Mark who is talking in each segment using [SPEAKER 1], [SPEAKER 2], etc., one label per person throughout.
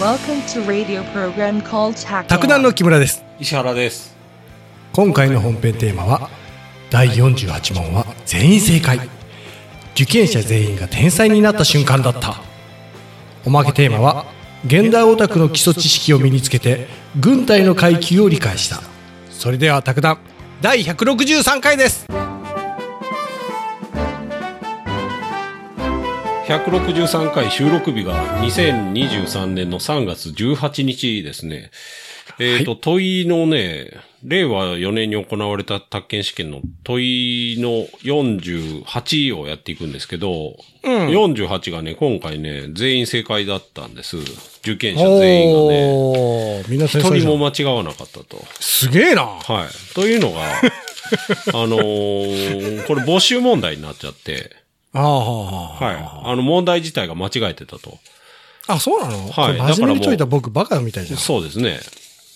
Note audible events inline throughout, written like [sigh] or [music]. [SPEAKER 1] Welcome to radio program called Hack
[SPEAKER 2] 卓談
[SPEAKER 1] On.
[SPEAKER 2] の木村です
[SPEAKER 3] 石原です
[SPEAKER 2] 今回の本編テーマは第48問は全員正解受験者全員が天才になった瞬間だったおまけテーマは現代オタクの基礎知識を身につけて軍隊の階級を理解したそれでは卓談第163回です
[SPEAKER 3] 163回収録日が2023年の3月18日ですね。えっ、と、問いのね、令和4年に行われた宅建試験の問いの48をやっていくんですけど、48がね、今回ね、全員正解だったんです。受験者全員がね、
[SPEAKER 2] おーみんな
[SPEAKER 3] 一
[SPEAKER 2] 天才じ
[SPEAKER 3] 人
[SPEAKER 2] ゃ
[SPEAKER 3] も
[SPEAKER 2] ん
[SPEAKER 3] 間違わなかったと。
[SPEAKER 2] すげえな
[SPEAKER 3] はい。と
[SPEAKER 2] [laughs]
[SPEAKER 3] いうのが、あのーこれ募集問題になっちゃって、
[SPEAKER 2] ああ、
[SPEAKER 3] はい。あの問題自体が間違えてたと。
[SPEAKER 2] あ、そうなの、
[SPEAKER 3] はい
[SPEAKER 2] これ真面目に解いた僕バカみたいじゃ
[SPEAKER 3] そうですね。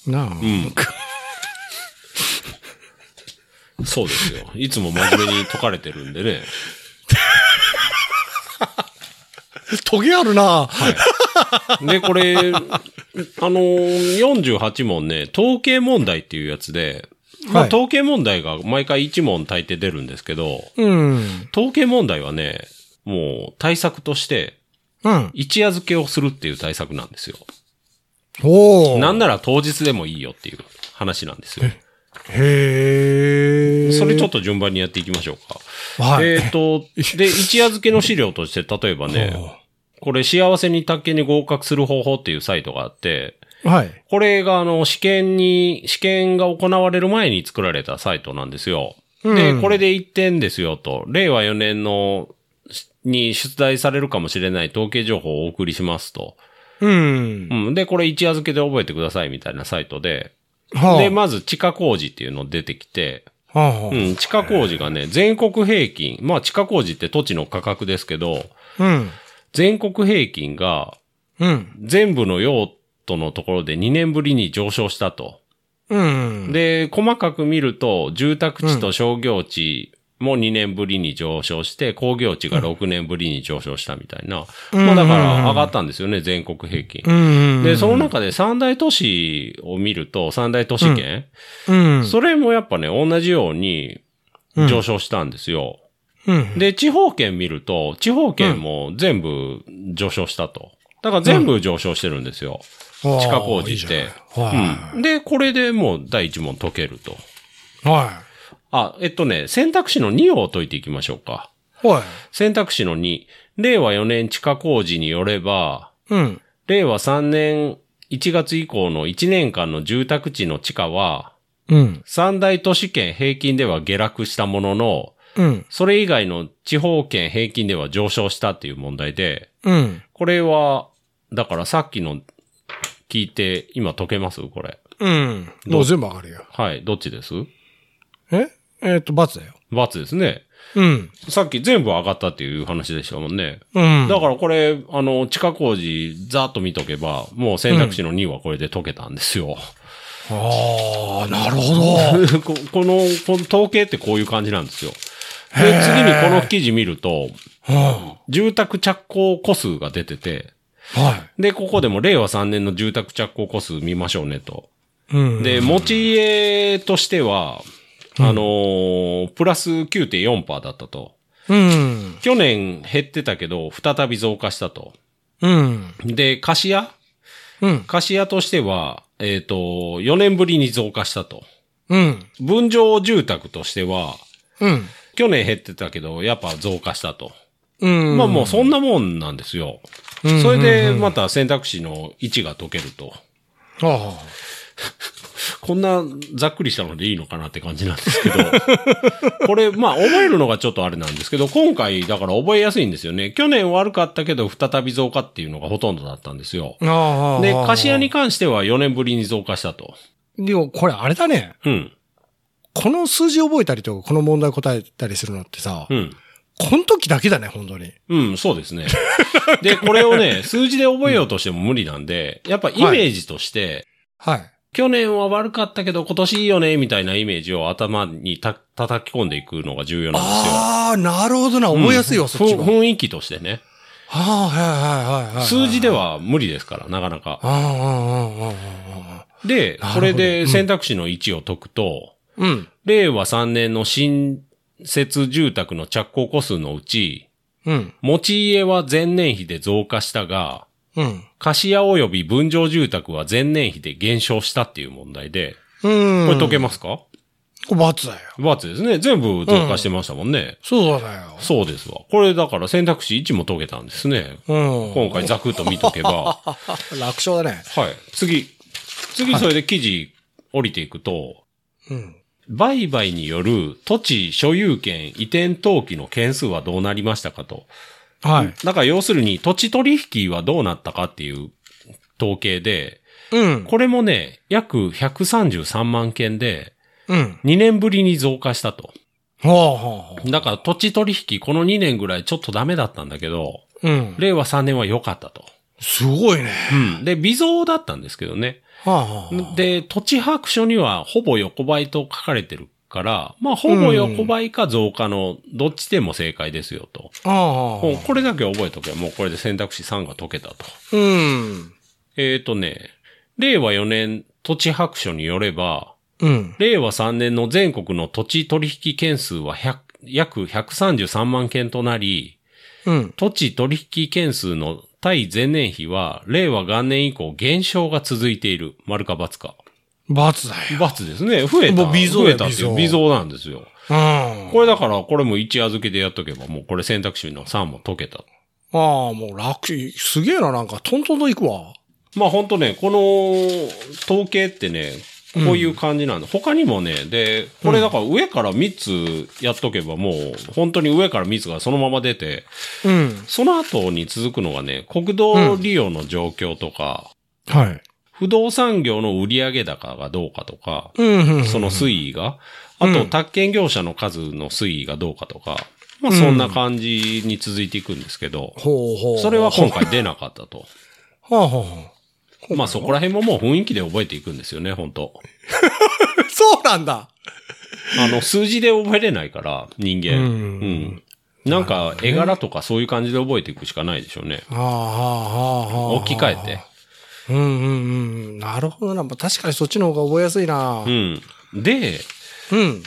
[SPEAKER 2] ん。
[SPEAKER 3] [laughs]
[SPEAKER 2] なあ、
[SPEAKER 3] そうですよ。いつも真面目に解かれてるんでね。
[SPEAKER 2] トゲあるな、
[SPEAKER 3] はい。で、これ、あのー、48問ね、統計問題っていうやつで、まあ
[SPEAKER 2] はい
[SPEAKER 3] 統計問題が毎回1問大抵出るんですけど、
[SPEAKER 2] うん。
[SPEAKER 3] 統計問題はね、もう対策として、
[SPEAKER 2] うん。
[SPEAKER 3] 一夜漬けをするっていう対策なんですよ。
[SPEAKER 2] おお。
[SPEAKER 3] なんなら当日でもいいよっていう話なんですよ。
[SPEAKER 2] へえ。
[SPEAKER 3] それちょっと順番にやっていきましょうか。
[SPEAKER 2] はい。
[SPEAKER 3] えっ、
[SPEAKER 2] [laughs]
[SPEAKER 3] と、で、一夜漬けの資料として、例えばね、これ幸せに宅建に合格する方法っていうサイトがあって、
[SPEAKER 2] はい。
[SPEAKER 3] これがあの、試験に、試験が行われる前に作られたサイトなんですよ。
[SPEAKER 2] うん
[SPEAKER 3] で、これで1点ですよと、令和4年の、に出題されるかもしれない統計情報をお送りしますと。
[SPEAKER 2] うん。
[SPEAKER 3] うん。で、これ一夜漬けで覚えてくださいみたいなサイトで。
[SPEAKER 2] はあ、
[SPEAKER 3] で、まず地下工事っていうの出てきて、
[SPEAKER 2] はあはあ
[SPEAKER 3] うん、地下工事がね、全国平均、まあ地下工事って土地の価格ですけど、
[SPEAKER 2] うん。
[SPEAKER 3] 全国平均が
[SPEAKER 2] うん。
[SPEAKER 3] 全部の用途のところで2年ぶりに上昇したと。
[SPEAKER 2] うん。
[SPEAKER 3] で、細かく見ると、住宅地と商業地も2年ぶりに上昇して、工業地が6年ぶりに上昇したみたいな。
[SPEAKER 2] うん
[SPEAKER 3] まあだから上がったんですよね、全国平均。
[SPEAKER 2] うん。
[SPEAKER 3] で、その中で三大都市を見ると、三大都市圏、
[SPEAKER 2] うん。
[SPEAKER 3] それもやっぱね、同じように
[SPEAKER 2] うん
[SPEAKER 3] 上昇したんですよ。
[SPEAKER 2] うん。
[SPEAKER 3] で、地方圏見ると、地方圏も全部上昇したと。だから全部上昇してるんですよ。
[SPEAKER 2] はあ
[SPEAKER 3] 地下工事って
[SPEAKER 2] いいじゃないは
[SPEAKER 3] で、これでもう第一問解けると。
[SPEAKER 2] い。は
[SPEAKER 3] あ、えっとね、選択肢の2を解いていきましょうか。
[SPEAKER 2] い。はい。
[SPEAKER 3] 選択肢の2。令和4年地下工事によれば、
[SPEAKER 2] うん。
[SPEAKER 3] 令和3年1月以降の1年間の住宅地の地価は、
[SPEAKER 2] うん。
[SPEAKER 3] 三大都市圏平均では下落したものの、
[SPEAKER 2] うん。
[SPEAKER 3] それ以外の地方圏平均では上昇したっていう問題で、
[SPEAKER 2] うん。
[SPEAKER 3] これは、だからさっきの聞いて、今解けますこれ。
[SPEAKER 2] うん。もう全部上がるよ。
[SPEAKER 3] はい。どっちです
[SPEAKER 2] ええっと、罰だよ。
[SPEAKER 3] ×ですね。
[SPEAKER 2] うん。
[SPEAKER 3] さっき全部上がったっていう話でしたもんね。
[SPEAKER 2] うん。
[SPEAKER 3] だからこれ、あの、地下工事、ざーっと見とけば、もう選択肢の2はこれで解けたんですよ。
[SPEAKER 2] ああ、なるほ
[SPEAKER 3] [laughs] ここの、この統計ってこういう感じなんですよ。で、次にこの記事見ると、
[SPEAKER 2] ど。は
[SPEAKER 3] 住宅着工個数が出てて、
[SPEAKER 2] あは
[SPEAKER 3] で、ここでも令和3年の住宅着工個数見ましょうねと。
[SPEAKER 2] い。うん。
[SPEAKER 3] で、持ち家としては、あのープラス9.4%だったと。
[SPEAKER 2] うん。
[SPEAKER 3] 去年減ってたけど、再び増加したと。
[SPEAKER 2] うん。
[SPEAKER 3] で、貸し屋
[SPEAKER 2] うん。
[SPEAKER 3] 貸し屋としては、えっ、と、4年ぶりに増加したと。
[SPEAKER 2] うん。
[SPEAKER 3] 分譲住宅としては、
[SPEAKER 2] うん。
[SPEAKER 3] 去年減ってたけど、やっぱ増加したと。
[SPEAKER 2] うん。
[SPEAKER 3] まあもうそんなもんなんですよ。
[SPEAKER 2] うん
[SPEAKER 3] それで、また選択肢の1が解けると。
[SPEAKER 2] ああ。
[SPEAKER 3] こんなざっくりしたのでいいのかなって感じなんですけど。 [laughs] これ、まあ、覚えるのがちょっとあれなんですけど、今回、だから覚えやすいんですよね。去年悪かったけど、再び増加っていうのがほとんどだったんですよ。
[SPEAKER 2] ああ。
[SPEAKER 3] で、貸し屋に。関しては4年ぶりに増加したと。
[SPEAKER 2] でも、これあれだね。
[SPEAKER 3] うん。
[SPEAKER 2] この数字覚えたりとか、この問題答えたりするのってさ、
[SPEAKER 3] うん。
[SPEAKER 2] この時だけだね、本当に。
[SPEAKER 3] うん、そうです
[SPEAKER 2] [laughs]
[SPEAKER 3] ね。で、これをね、数字で覚えようとしても無理なんで、やっぱイメージとして、
[SPEAKER 2] はい。
[SPEAKER 3] 去年は悪かったけど今年いいよね、みたいなイメージを頭にた叩き込んでいくのが重要なんですよ。
[SPEAKER 2] ああ、なるほどな、覚えやすいよ、
[SPEAKER 3] うん
[SPEAKER 2] そっちが。
[SPEAKER 3] ふん雰囲気としてね。
[SPEAKER 2] ああ、はいはいはいはい。
[SPEAKER 3] 数字で。は無理ですから、なかなか。
[SPEAKER 2] ああ、ああ、ああ、ああ。
[SPEAKER 3] で
[SPEAKER 2] なるほ、ど
[SPEAKER 3] これで選択肢の1を解くと、
[SPEAKER 2] うん。
[SPEAKER 3] 令和3年の新設住宅の着工戸数のうち、
[SPEAKER 2] うん。
[SPEAKER 3] 持ち家は前年比で増加したが、
[SPEAKER 2] うん。
[SPEAKER 3] 貸家及び分譲住宅は前年比で減少したっていう問題で、
[SPEAKER 2] うん。
[SPEAKER 3] これ解けますか、
[SPEAKER 2] これ罰だよ。
[SPEAKER 3] バツですね。全部増加してましたもんね。
[SPEAKER 2] そうだよ。
[SPEAKER 3] そうですわ。これだから選択肢1も解けたんですね。
[SPEAKER 2] うん。
[SPEAKER 3] 今回ざくっと見と
[SPEAKER 2] [laughs]
[SPEAKER 3] けば。は
[SPEAKER 2] 楽勝だね。
[SPEAKER 3] い。次。次それで記事降りていくと、
[SPEAKER 2] うん。
[SPEAKER 3] 売買による土地所有権移転登記の件数はどうなりましたかと。
[SPEAKER 2] はい。
[SPEAKER 3] だから要するに土地取引はどうなったかっていう統計で、
[SPEAKER 2] うん。
[SPEAKER 3] これもね、約133万件で、
[SPEAKER 2] うん。
[SPEAKER 3] 2年ぶりに増加したと。
[SPEAKER 2] ほうほうほ
[SPEAKER 3] だから土地取引この2年ぐらいちょっとダメだったんだけど、
[SPEAKER 2] う。うん。
[SPEAKER 3] 令和3年は良かったと。
[SPEAKER 2] すごいね。
[SPEAKER 3] うん。で、微増だったんですけどね。
[SPEAKER 2] はあ、はあ。、
[SPEAKER 3] で、土地白書にはほぼ横ばいと書かれてるから、まあ、ほぼ横ばいか増加のどっちでも正解ですよと。
[SPEAKER 2] はあ、は
[SPEAKER 3] もうこれだけ覚えとけば、もうこれで選択肢3が解けたと。
[SPEAKER 2] あ。うん。
[SPEAKER 3] えーとね、令和4年土地白書によれば、
[SPEAKER 2] うん。
[SPEAKER 3] 令和3年の全国の土地取引件数は100約133万件となり、
[SPEAKER 2] うん。
[SPEAKER 3] 土地取引件数の対前年比は、令和元年以降減少が続いている。丸か×か。
[SPEAKER 2] 罰だよ。
[SPEAKER 3] ×ですね。増えた。
[SPEAKER 2] もう微増
[SPEAKER 3] 増
[SPEAKER 2] だ
[SPEAKER 3] え
[SPEAKER 2] よ
[SPEAKER 3] たっていう
[SPEAKER 2] 微
[SPEAKER 3] 微
[SPEAKER 2] 増
[SPEAKER 3] 増なんですよ。
[SPEAKER 2] うん。
[SPEAKER 3] これだから、これも一夜漬けでやっとけば、もうこれ選択肢の3も解けた。
[SPEAKER 2] ああ、もう楽、すげえな、なんか、トントンと行くわ。
[SPEAKER 3] まあ本当ね、この統計ってね、こういう感じなんで、他にもね、で、これだから上から3つやっとけばもう、本当に上から3つがそのまま出て、
[SPEAKER 2] うん。
[SPEAKER 3] その後に続くのがね、国道利用の状況とか、
[SPEAKER 2] はい。
[SPEAKER 3] 不動産業の売上高がどうかとか、
[SPEAKER 2] うん、うん。
[SPEAKER 3] その推移が、あ
[SPEAKER 2] う
[SPEAKER 3] と、
[SPEAKER 2] ん
[SPEAKER 3] 宅建業者の数の推移がどうかとか、まあそんな感じに続いていくんですけど、
[SPEAKER 2] ほうほう。
[SPEAKER 3] それは今回出なかったと。
[SPEAKER 2] はあ、は
[SPEAKER 3] [laughs] まあそこら辺ももう雰囲気で覚えていくんですよね、本当
[SPEAKER 2] あ、そうなんだ。
[SPEAKER 3] あの、数字で覚えれないから、人間。
[SPEAKER 2] う
[SPEAKER 3] うんん。なんか、絵柄とかそういう感じで覚えていくしかないでしょうね。
[SPEAKER 2] はあ、はあ、はあ、はあ。
[SPEAKER 3] 置き換えて。。
[SPEAKER 2] うん、うん、うん。なるほどな。まあ確かにそっちの方が覚えやすいな。
[SPEAKER 3] うん。で、
[SPEAKER 2] うん。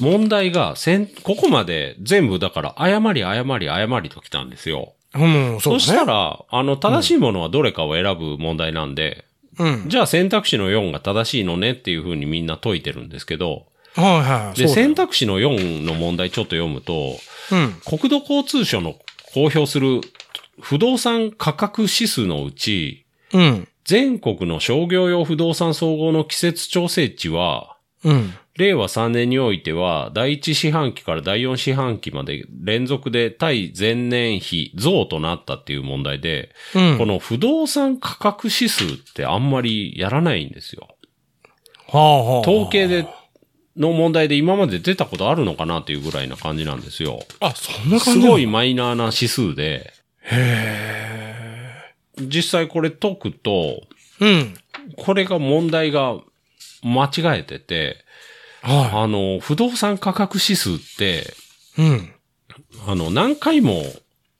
[SPEAKER 3] 問題が、せん、ここまで全部だから、誤り、誤り、誤りときたんですよ。
[SPEAKER 2] うん、うん、そう
[SPEAKER 3] そ
[SPEAKER 2] だね。
[SPEAKER 3] したら、あの、正しいものはどれかを選ぶ問題なんで、
[SPEAKER 2] うん。
[SPEAKER 3] じゃあ選択肢の4が正しいのねっていうふうにみんな解いてるんですけど、
[SPEAKER 2] はいはい。
[SPEAKER 3] で、
[SPEAKER 2] そうだよ
[SPEAKER 3] 選択肢の4の問題ちょっと読むと、
[SPEAKER 2] うん。
[SPEAKER 3] 国土交通省の公表する不動産価格指数のうち、
[SPEAKER 2] うん。
[SPEAKER 3] 全国の商業用不動産総合の季節調整値は、
[SPEAKER 2] うん。
[SPEAKER 3] 令和3年においては、第1四半期から第4四半期まで連続で対前年比増となったっていう問題で、
[SPEAKER 2] うん。
[SPEAKER 3] この不動産価格指数ってあんまりやらないんですよ。
[SPEAKER 2] はあ、はあ。
[SPEAKER 3] 統計。で、の問題で今まで出たことあるのかなっていうぐらいな感じなんですよ。
[SPEAKER 2] あ、そんな感
[SPEAKER 3] す
[SPEAKER 2] じ
[SPEAKER 3] ご
[SPEAKER 2] い。
[SPEAKER 3] いマイナーな指数で、
[SPEAKER 2] へ
[SPEAKER 3] 実際これ解くと、
[SPEAKER 2] え。うん。
[SPEAKER 3] これが問題が間違えてて、
[SPEAKER 2] は
[SPEAKER 3] あの、不動産価格指数って、
[SPEAKER 2] い。うん。
[SPEAKER 3] あの、何回も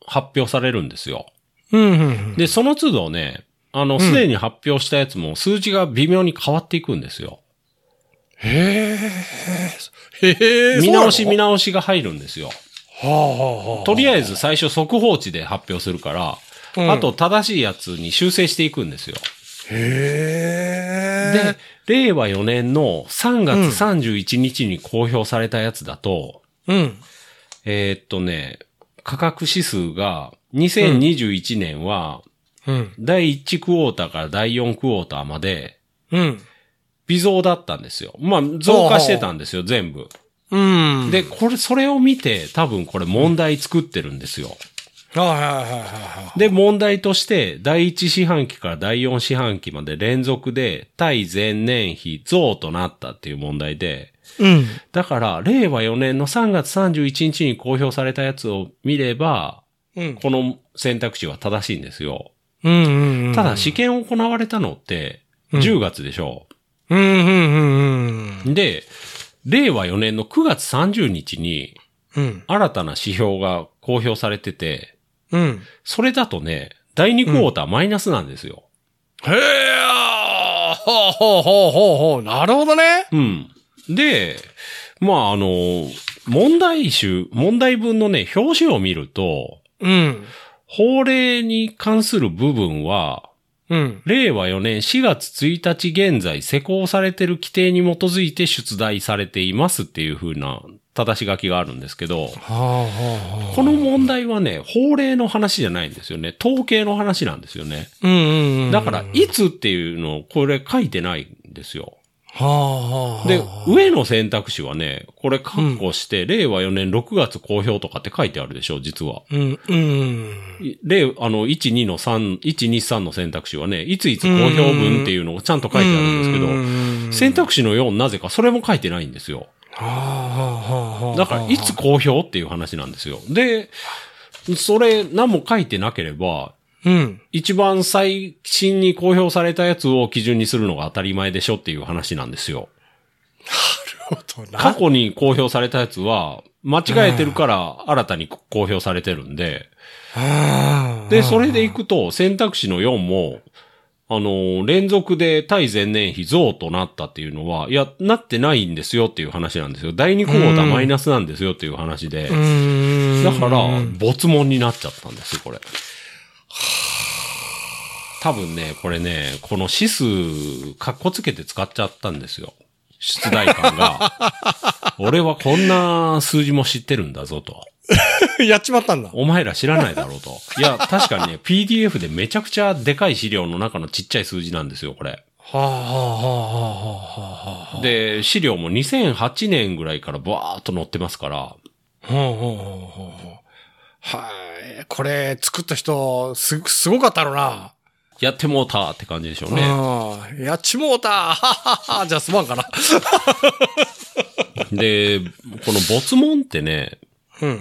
[SPEAKER 3] 発表されるんですよ。
[SPEAKER 2] うん、うんうん。
[SPEAKER 3] で、その都度ね、あの、すでに発表したやつも数字が微妙に変わっていくんですよ。
[SPEAKER 2] へえ。へえ。
[SPEAKER 3] 見直し
[SPEAKER 2] そう
[SPEAKER 3] 見
[SPEAKER 2] なの
[SPEAKER 3] 直しが入るんですよ。
[SPEAKER 2] はあ、はあ、はあ。
[SPEAKER 3] とりあえず最初速報値で発表するから、
[SPEAKER 2] うん
[SPEAKER 3] あと正しいやつに修正していくんですよ。
[SPEAKER 2] へえ。
[SPEAKER 3] で、、令和4年の3月31日に公表されたやつだと、
[SPEAKER 2] うん。
[SPEAKER 3] えーっとね、価格指数が2021年は
[SPEAKER 2] うん。
[SPEAKER 3] 第1クォーターから第4クォーターまで
[SPEAKER 2] うん。
[SPEAKER 3] 微増だったんですよ。まあ増加してたんですよ、全部。
[SPEAKER 2] うん。
[SPEAKER 3] で、、これ、それを見て多分これ問題作ってるんですよ。
[SPEAKER 2] はいはいはいはい。
[SPEAKER 3] で、問題として第1四半期から第4四半期まで連続で対前年比増となったっていう問題で、
[SPEAKER 2] うん。
[SPEAKER 3] だから、令和4年の3月31日に公表されたやつを見れば、
[SPEAKER 2] うん。
[SPEAKER 3] この選択肢は正しいんですよ。
[SPEAKER 2] うんうんうん。
[SPEAKER 3] ただ、試験を行われたのって、10月でしょ
[SPEAKER 2] うんうんうん
[SPEAKER 3] う。で、令和4年の9月30日に、
[SPEAKER 2] うん。
[SPEAKER 3] 新たな指標が公表されてて、
[SPEAKER 2] うん。
[SPEAKER 3] それだとね、第2クォーターマイナスなんですよ。
[SPEAKER 2] へえ、あーほうほうほうほうほう。なるほどね。
[SPEAKER 3] うん。で、まあ、あの、問題集、問題文のね、表紙を見ると、
[SPEAKER 2] うん。
[SPEAKER 3] 法令に関する部分は、
[SPEAKER 2] うん。
[SPEAKER 3] 令和4年4月1日現在施行されている規定に基づいて出題されていますっていう風な正し書きがあるんですけど、
[SPEAKER 2] はあはあはあ。
[SPEAKER 3] この問題はね、法令の話じゃないんですよね。統計の話なんですよね。
[SPEAKER 2] うんうんうん。
[SPEAKER 3] だから、いつっていうのをこれ書いてないんですよ。
[SPEAKER 2] はあはあ。
[SPEAKER 3] で、上の選択肢はね、これ確保して、令和4年6月公表とかって書いてあるでしょ、実は。
[SPEAKER 2] うん、うん。
[SPEAKER 3] い令、あの、1、2の3、1、2、3の選択肢はね、いついつ公表文っていうのをちゃんと書いてあるんですけど、
[SPEAKER 2] うん
[SPEAKER 3] 選択肢の4なぜかそれも書いてないんですよ。
[SPEAKER 2] はあはあはあ。
[SPEAKER 3] だから、いつ公表っていう話なんですよ。で、それ何も書いてなければ、
[SPEAKER 2] うん。
[SPEAKER 3] 一番最新に公表されたやつを基準にするのが当たり前でしょっていう話なんですよ。過去に公表されたやつは、間違えてるから新たに公表されてるんで、で、それでいくと選択肢の4も、あの、連続で対前年比増となったっていうのは、いや、なってないんですよっていう話なんですよ。第2クォーターマイナスなんですよっていう話で。
[SPEAKER 2] うん。
[SPEAKER 3] だから、没問になっちゃったんですよ、これ。多分ね、これね、この指数、かっこつけて使っちゃったんですよ。出題
[SPEAKER 2] [laughs]
[SPEAKER 3] 官が。俺はこんな数字も知ってるんだぞと。
[SPEAKER 2] やっちまったんだ。
[SPEAKER 3] お前ら知らないだろうと。いや、確かにね、PDF でめちゃくちゃでかい資料の中のちっちゃい数字なんですよ、これ。
[SPEAKER 2] はあはあはあはあはあ。
[SPEAKER 3] で、資料も2008年ぐらいからバーっと載ってますから。
[SPEAKER 2] ほうほうほうほうほう。はい。これ、作った人、す、すごかったろうな。
[SPEAKER 3] やってもうたって感じでしょうね。
[SPEAKER 2] ねやっちもうたはははじゃあすまんかな。
[SPEAKER 3] で、この没問ってね、
[SPEAKER 2] うん。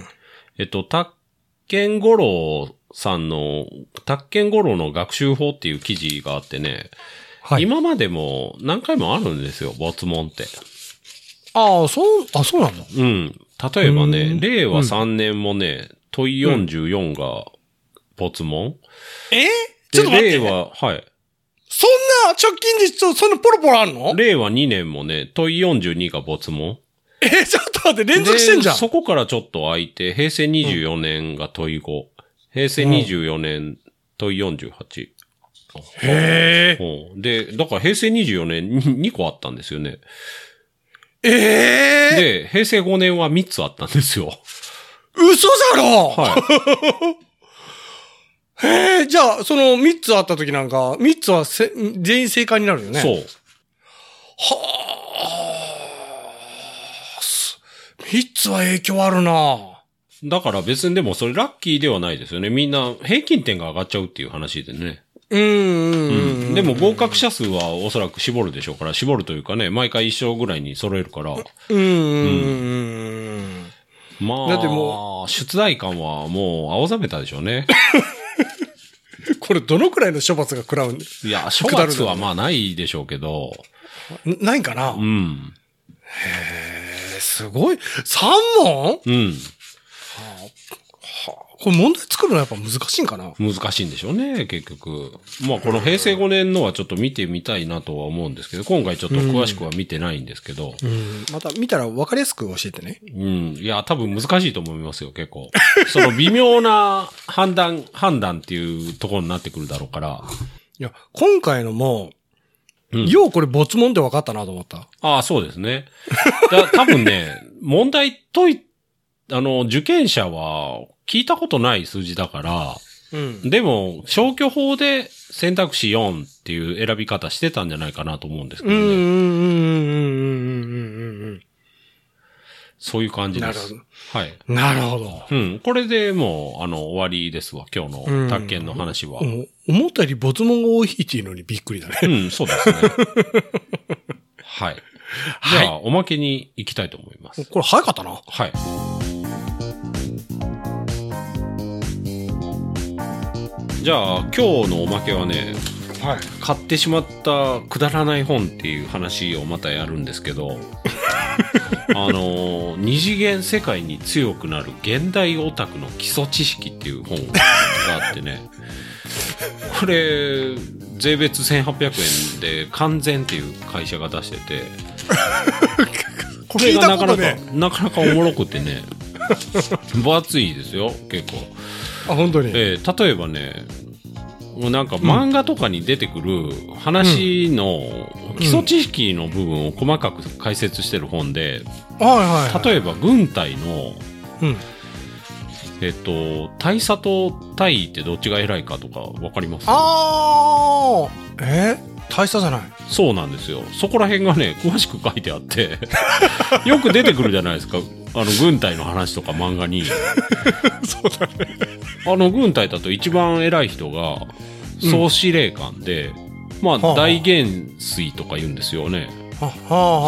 [SPEAKER 3] えっと、宅建五郎さんの、宅建五郎の学習法っていう記事があってね、
[SPEAKER 2] は。
[SPEAKER 3] 今までも何回もあるんですよ、没問って。
[SPEAKER 2] ああ、そう、あ、そうなんだ。
[SPEAKER 3] うん。例えば
[SPEAKER 2] う
[SPEAKER 3] ね
[SPEAKER 2] ん、
[SPEAKER 3] 令和3年もね、問い44が没問。
[SPEAKER 2] え
[SPEAKER 3] で
[SPEAKER 2] ちょっと待って。
[SPEAKER 3] 令和、はい。
[SPEAKER 2] そんな、直近で、ちょ、そんなポロポロあんの
[SPEAKER 3] 令和2年もね、問い42が没問。
[SPEAKER 2] え、ちょっと待って、連続してんじゃん。
[SPEAKER 3] でそこからちょっと空いて、平成24年が問い5。平成24年、問い48。
[SPEAKER 2] へ
[SPEAKER 3] うんで、だから平成24年に2個あったんですよね。
[SPEAKER 2] え。ええ
[SPEAKER 3] で、平成5年は3つあったんですよ。
[SPEAKER 2] 嘘だろ
[SPEAKER 3] はい。
[SPEAKER 2] へえ、じゃあ、その3つあった時なんか、3つはせ全員正解にな
[SPEAKER 3] [laughs]
[SPEAKER 2] るよね。。
[SPEAKER 3] そうう。
[SPEAKER 2] 3つは影響あるな
[SPEAKER 3] だから別にでもそれラッキーではないですよね。みんな平均点が上がっちゃうっていう話でね。
[SPEAKER 2] うんうんうん。
[SPEAKER 3] でも合格者数はおそらく絞るでしょうから、絞るというかね、毎回一生ぐらいに揃えるから。
[SPEAKER 2] うんうんうんうん。
[SPEAKER 3] まあ、
[SPEAKER 2] だっても
[SPEAKER 3] 出題感はもう青ざめたでしょ
[SPEAKER 2] [laughs]
[SPEAKER 3] うね。
[SPEAKER 2] これ、どのくらいの処罰が食らうん
[SPEAKER 3] いや、処罰はまあないでしょうけど。
[SPEAKER 2] なないんかな、
[SPEAKER 3] うん。
[SPEAKER 2] えーすごい。3問
[SPEAKER 3] うん。
[SPEAKER 2] これ問題作るのはやっぱ難しいんかな
[SPEAKER 3] 難しいんでしょうね、結局。まあ、この平成5年のはちょっと見てみたいなとは思うんですけど、今回ちょっと詳しくは見てないんですけど、
[SPEAKER 2] うん。また見たら分かりやすく教えてね。
[SPEAKER 3] うん、いや、多分難しいと思いますよ、結構。その微妙な判断、 [laughs] 判断っていうところになってくるだろうから。
[SPEAKER 2] いや、今回のも、
[SPEAKER 3] うん
[SPEAKER 2] ようこれ没問で分かったなと思った。
[SPEAKER 3] ああ、そうですね。だ多分ね、 [laughs] 問題解い、あの、受験者は聞いたことない数字だから、
[SPEAKER 2] うん。
[SPEAKER 3] でも、消去法で選択肢4っていう選び方してたんじゃないかなと思うんですけ
[SPEAKER 2] うん
[SPEAKER 3] ど
[SPEAKER 2] う
[SPEAKER 3] ね。
[SPEAKER 2] んうんうんうんうんうんうん。
[SPEAKER 3] そういう感じです。
[SPEAKER 2] なる
[SPEAKER 3] はい。
[SPEAKER 2] なるほど。
[SPEAKER 3] うん。これでもう、あの、終わりですわ。今日
[SPEAKER 2] うん
[SPEAKER 3] の宅建の話は。うん、
[SPEAKER 2] もう思ったより没問が多いっていうのにびっくりだね。
[SPEAKER 3] そうで
[SPEAKER 2] [laughs]
[SPEAKER 3] すね。はい。じゃあ、おまけに行きたいと思います。
[SPEAKER 2] これ早かったな。
[SPEAKER 3] はい。じゃあ、今日のおまけはね、はい、買ってしまったくだらない本っていう話をまたやるんです
[SPEAKER 2] [laughs]
[SPEAKER 3] けどあの二次元世界に強くなる現代オタクの基礎知識っていう本があってねこれ税別1800円で完全っていう会社が出しててこれがなかなか、
[SPEAKER 2] 聞いたこ
[SPEAKER 3] なかなかおもろくてね分厚いですよ結構。
[SPEAKER 2] あ本当に、
[SPEAKER 3] えー例えばね、もうなんか漫画とかに出てくる話の基礎知識の部分を細かく解説してる本で、
[SPEAKER 2] はいはい
[SPEAKER 3] 例えば軍隊の、
[SPEAKER 2] うん
[SPEAKER 3] えっと、大佐と大尉ってどっちが偉いかとかわかります
[SPEAKER 2] ああえ大したじゃない
[SPEAKER 3] そうなんですよ。そこら辺がね、詳しく書いてあって、 [laughs] よく出てくるじゃないですか。あの、軍隊の話とか漫画に。
[SPEAKER 2] [laughs] そうだね
[SPEAKER 3] あの軍隊だと一番偉い人が総司令官で、まあ
[SPEAKER 2] はあ
[SPEAKER 3] 大元帥とか言うんですよね。
[SPEAKER 2] はあはあ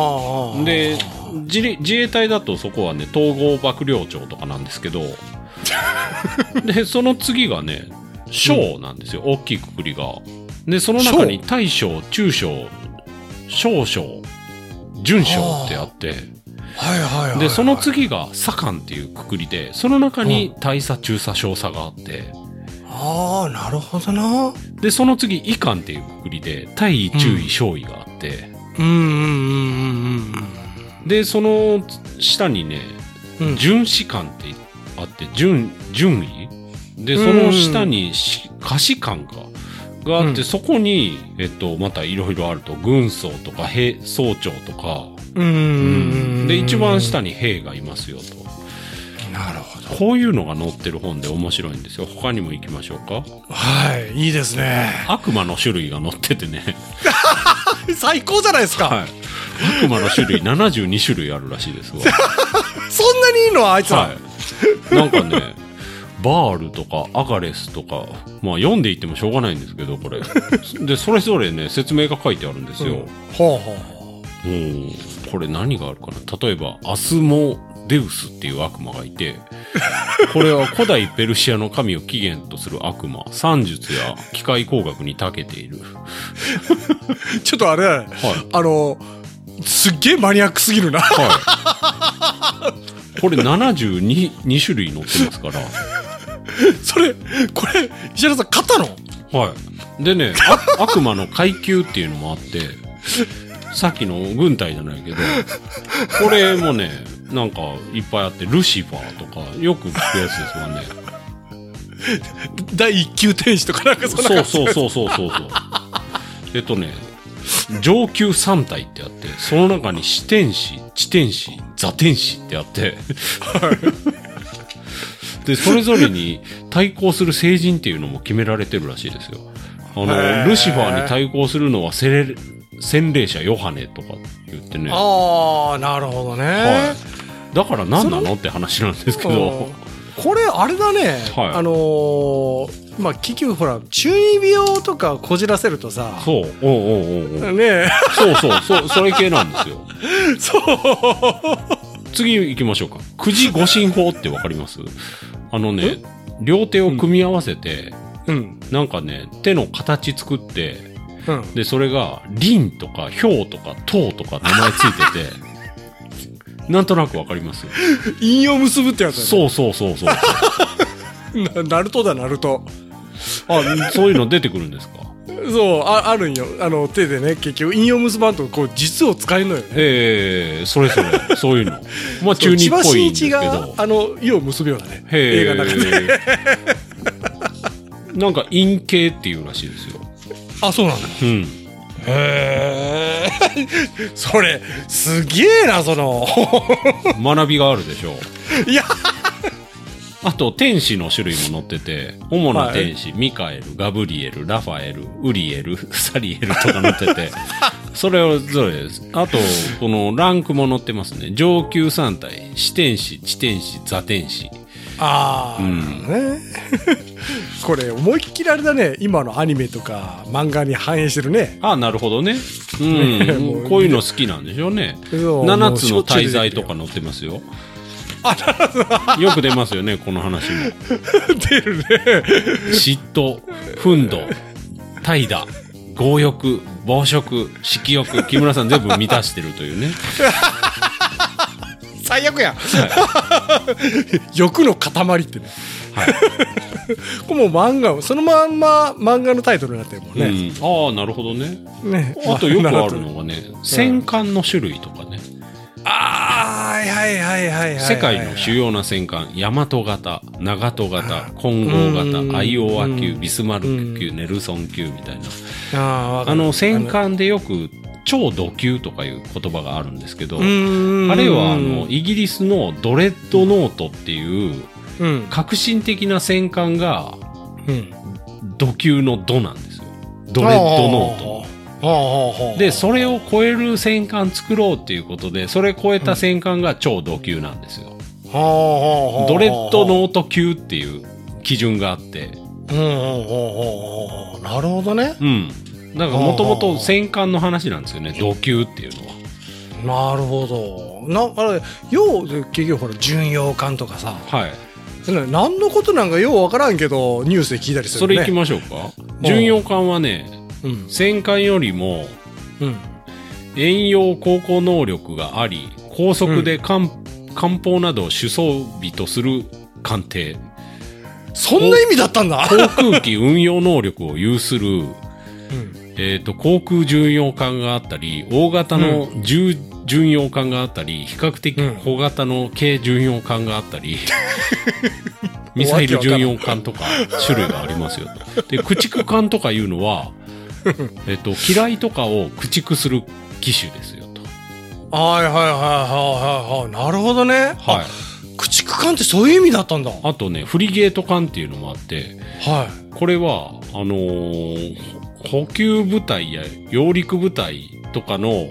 [SPEAKER 2] はあ
[SPEAKER 3] で自衛、自衛隊だとそこはね、統合幕僚長とかなんです
[SPEAKER 2] [laughs]
[SPEAKER 3] けど、で、その次がね、将なんですよ、大きいくくりが。で、その中に大将、中将、少将、準将ってあって、
[SPEAKER 2] はいはいはい
[SPEAKER 3] で、その次が左官っていうくくりで、その中に大佐、中佐、少佐があって、
[SPEAKER 2] ああなるほどな
[SPEAKER 3] で、その次、遺憾っていうくくりで、大位、中位、少位があって、
[SPEAKER 2] うんうんうんうん
[SPEAKER 3] で、その下にね、
[SPEAKER 2] うんうん
[SPEAKER 3] 巡視官ってあって、巡、巡位で、その下にし、下士官か。があって、
[SPEAKER 2] うん
[SPEAKER 3] そこに、えっと、またいろいろあると、軍曹とか、兵、総長とか、
[SPEAKER 2] うんうん
[SPEAKER 3] で、一番下に兵がいますよと。
[SPEAKER 2] なるほど
[SPEAKER 3] こういうのが載ってる本で面白いんですよ。他にも行きましょうか。
[SPEAKER 2] はいいいですね
[SPEAKER 3] 悪魔の種類が載っててね。
[SPEAKER 2] 最高じゃないですか、
[SPEAKER 3] はい。悪魔の種類72種類あるらしいですわ。
[SPEAKER 2] そんなにいいのあいつら、
[SPEAKER 3] はい。なんかね、バールとかアガレスとか、まあ読んでいってもしょうがないんですけど、これ。で、それぞれね、説明が書いてあるんですよ。
[SPEAKER 2] ほうほうほ
[SPEAKER 3] うん。これ何があるかな例えば、アスモデウスっていう悪魔がいて、これは古代ペルシアの神を起源とする悪魔、算術や機械工学に長けている。
[SPEAKER 2] うちょっとあれだね
[SPEAKER 3] はい。
[SPEAKER 2] あのすっげえマニアックすぎるな
[SPEAKER 3] はい。これ72 2種類載ってますから。
[SPEAKER 2] [laughs] それこれ石原さん買ったの
[SPEAKER 3] はい。でね、あ [laughs] 悪魔の階級っていうのもあって、さっきの軍隊じゃないけど、これもね、なんかいっぱいあって、ルシファーとか、よく聞くやつですわね。
[SPEAKER 2] 第一級天使とかなんかそんな
[SPEAKER 3] そ
[SPEAKER 2] 感
[SPEAKER 3] う
[SPEAKER 2] じ
[SPEAKER 3] そうそうそうそうそう。えっとね、上級3体ってあって、その中に四天使、地天使、座天使ってあって、で、それぞれに対抗する聖人っていうのも決められてるらしいですよ。あ
[SPEAKER 2] へー
[SPEAKER 3] の、ルシファーに対抗するのはセレ、洗礼者ヨハネとか言ってね。
[SPEAKER 2] ああなるほどね、
[SPEAKER 3] はい。だから何なのって話なんですけど。
[SPEAKER 2] うんこれあれだね、
[SPEAKER 3] はい
[SPEAKER 2] あのーまあ結局ほら中二病とかこじらせるとさ
[SPEAKER 3] そう、おうおうおうおう。
[SPEAKER 2] ねえ
[SPEAKER 3] そうそう、そう、それ系なんですよ。
[SPEAKER 2] [laughs] そう
[SPEAKER 3] 次行きましょうか。くじ五進法ってわかりますあのね、両手を組み合わせて、
[SPEAKER 2] うん
[SPEAKER 3] なんかね、手の形作って、
[SPEAKER 2] うん
[SPEAKER 3] で、それが、輪とか、ひょうとか、とうとか名前ついて
[SPEAKER 2] [laughs]
[SPEAKER 3] て、なんとなくわかります
[SPEAKER 2] 陰を結ぶってやつ
[SPEAKER 3] そうそうそ
[SPEAKER 2] [laughs]
[SPEAKER 3] うそう。
[SPEAKER 2] うなナルトだナルト
[SPEAKER 3] あ、そういうの出てくるんですか
[SPEAKER 2] そうああるんよあの手でね結局陰を結ばんとこう実を使えるのよね
[SPEAKER 3] ええそれそれ、そういうの。まあ、中二っぽいんですけ
[SPEAKER 2] そう千葉真一。が
[SPEAKER 3] ど
[SPEAKER 2] あの意を結ぶようなね
[SPEAKER 3] へ
[SPEAKER 2] 映
[SPEAKER 3] え
[SPEAKER 2] 画の中で。
[SPEAKER 3] なんか、陰形っていうらしいですよ。
[SPEAKER 2] あそうなんだ
[SPEAKER 3] うん。
[SPEAKER 2] へえ [laughs] それすげえなその [laughs]
[SPEAKER 3] 学びがあるでしょう
[SPEAKER 2] いや
[SPEAKER 3] あと天使の種類も載ってて主な天使、ミカエルガブリエルラファエルウリエル [laughs] サリエルとか載っててそれぞれですあとこのランクも載ってますね上級3体四天使地天使座天使
[SPEAKER 2] ああ、
[SPEAKER 3] ん
[SPEAKER 2] ね [laughs] これ思いっきりあれだね今のアニメとか漫画に反映してる
[SPEAKER 3] [laughs]
[SPEAKER 2] ね
[SPEAKER 3] ああなるほどねう [laughs]
[SPEAKER 2] も
[SPEAKER 3] ん
[SPEAKER 2] う
[SPEAKER 3] こういうの好きなんでしょうね
[SPEAKER 2] そう
[SPEAKER 3] 7つの大罪とか載ってますよよく出ますよねこの話も
[SPEAKER 2] 出るね
[SPEAKER 3] 嫉妬、憤怒、怠惰、強欲、暴食、色欲、木村さん全部満たしてるというね。
[SPEAKER 2] 最悪やん、欲の塊ってね
[SPEAKER 3] はい。
[SPEAKER 2] [laughs] これもう漫画そのまんま漫画のタイトルになってるもんね、
[SPEAKER 3] うん、ああ、なるほどね。
[SPEAKER 2] ね
[SPEAKER 3] あとよくある
[SPEAKER 2] の
[SPEAKER 3] のがね、戦艦の種類とかね。
[SPEAKER 2] [laughs] ああーはいはいはいはいはい、はい、
[SPEAKER 3] 世界の主要な戦艦、大和型、長門型、金剛
[SPEAKER 2] うん
[SPEAKER 3] 型、アイオワ級
[SPEAKER 2] う、ん
[SPEAKER 3] ビスマルク級、ネルソン級みたいな。
[SPEAKER 2] あーわか
[SPEAKER 3] あ
[SPEAKER 2] る
[SPEAKER 3] の、戦艦でよく、超土級とかいう言葉があるんですけど、
[SPEAKER 2] うーん
[SPEAKER 3] あれは、あの、イギリスのドレッドノートっていう、
[SPEAKER 2] うん
[SPEAKER 3] 革新的な戦艦が、
[SPEAKER 2] うん
[SPEAKER 3] 土級の土なんですよ。ドレッドノート。
[SPEAKER 2] ト
[SPEAKER 3] で、それを超える戦艦作ろうっていうことで、それ超えた戦艦が超土級なんですよ。ド
[SPEAKER 2] ド
[SPEAKER 3] レッドノート級っていう基準があって、
[SPEAKER 2] うんうんうんうんうんなるほどね
[SPEAKER 3] うん。なんかもともと戦艦の話なんですよね、土級っていうのは。
[SPEAKER 2] なるほどなあれよう結局ほら巡洋艦とかさ
[SPEAKER 3] はい。
[SPEAKER 2] そんな何のことなんかようわからんけどニュースで聞いたりする
[SPEAKER 3] そ
[SPEAKER 2] よね
[SPEAKER 3] れ行きましょうか。巡洋艦はね、
[SPEAKER 2] うん
[SPEAKER 3] 戦艦よりも
[SPEAKER 2] うん
[SPEAKER 3] 遠洋航行能力があり、高速で艦,、艦砲などを主装備とする艦艇、
[SPEAKER 2] そんな意味だったんだ
[SPEAKER 3] 航空機運用能力を有する、えー、と航空巡洋艦があったり大型の重巡洋艦があったり比較的小型の軽巡洋艦があった [laughs] り、ミサイル巡洋艦とか種類がありますよで駆逐艦とかいうの [laughs] は、えー、と機雷とかを駆逐する機種ですよと、
[SPEAKER 2] はいはいはいはいはいはいなるほどね
[SPEAKER 3] はい、
[SPEAKER 2] 駆逐艦ってそういう意味だったんだは
[SPEAKER 3] あとねフリゲート艦っていうのもあって
[SPEAKER 2] い
[SPEAKER 3] これは、あのー補給部隊や揚陸部隊とかの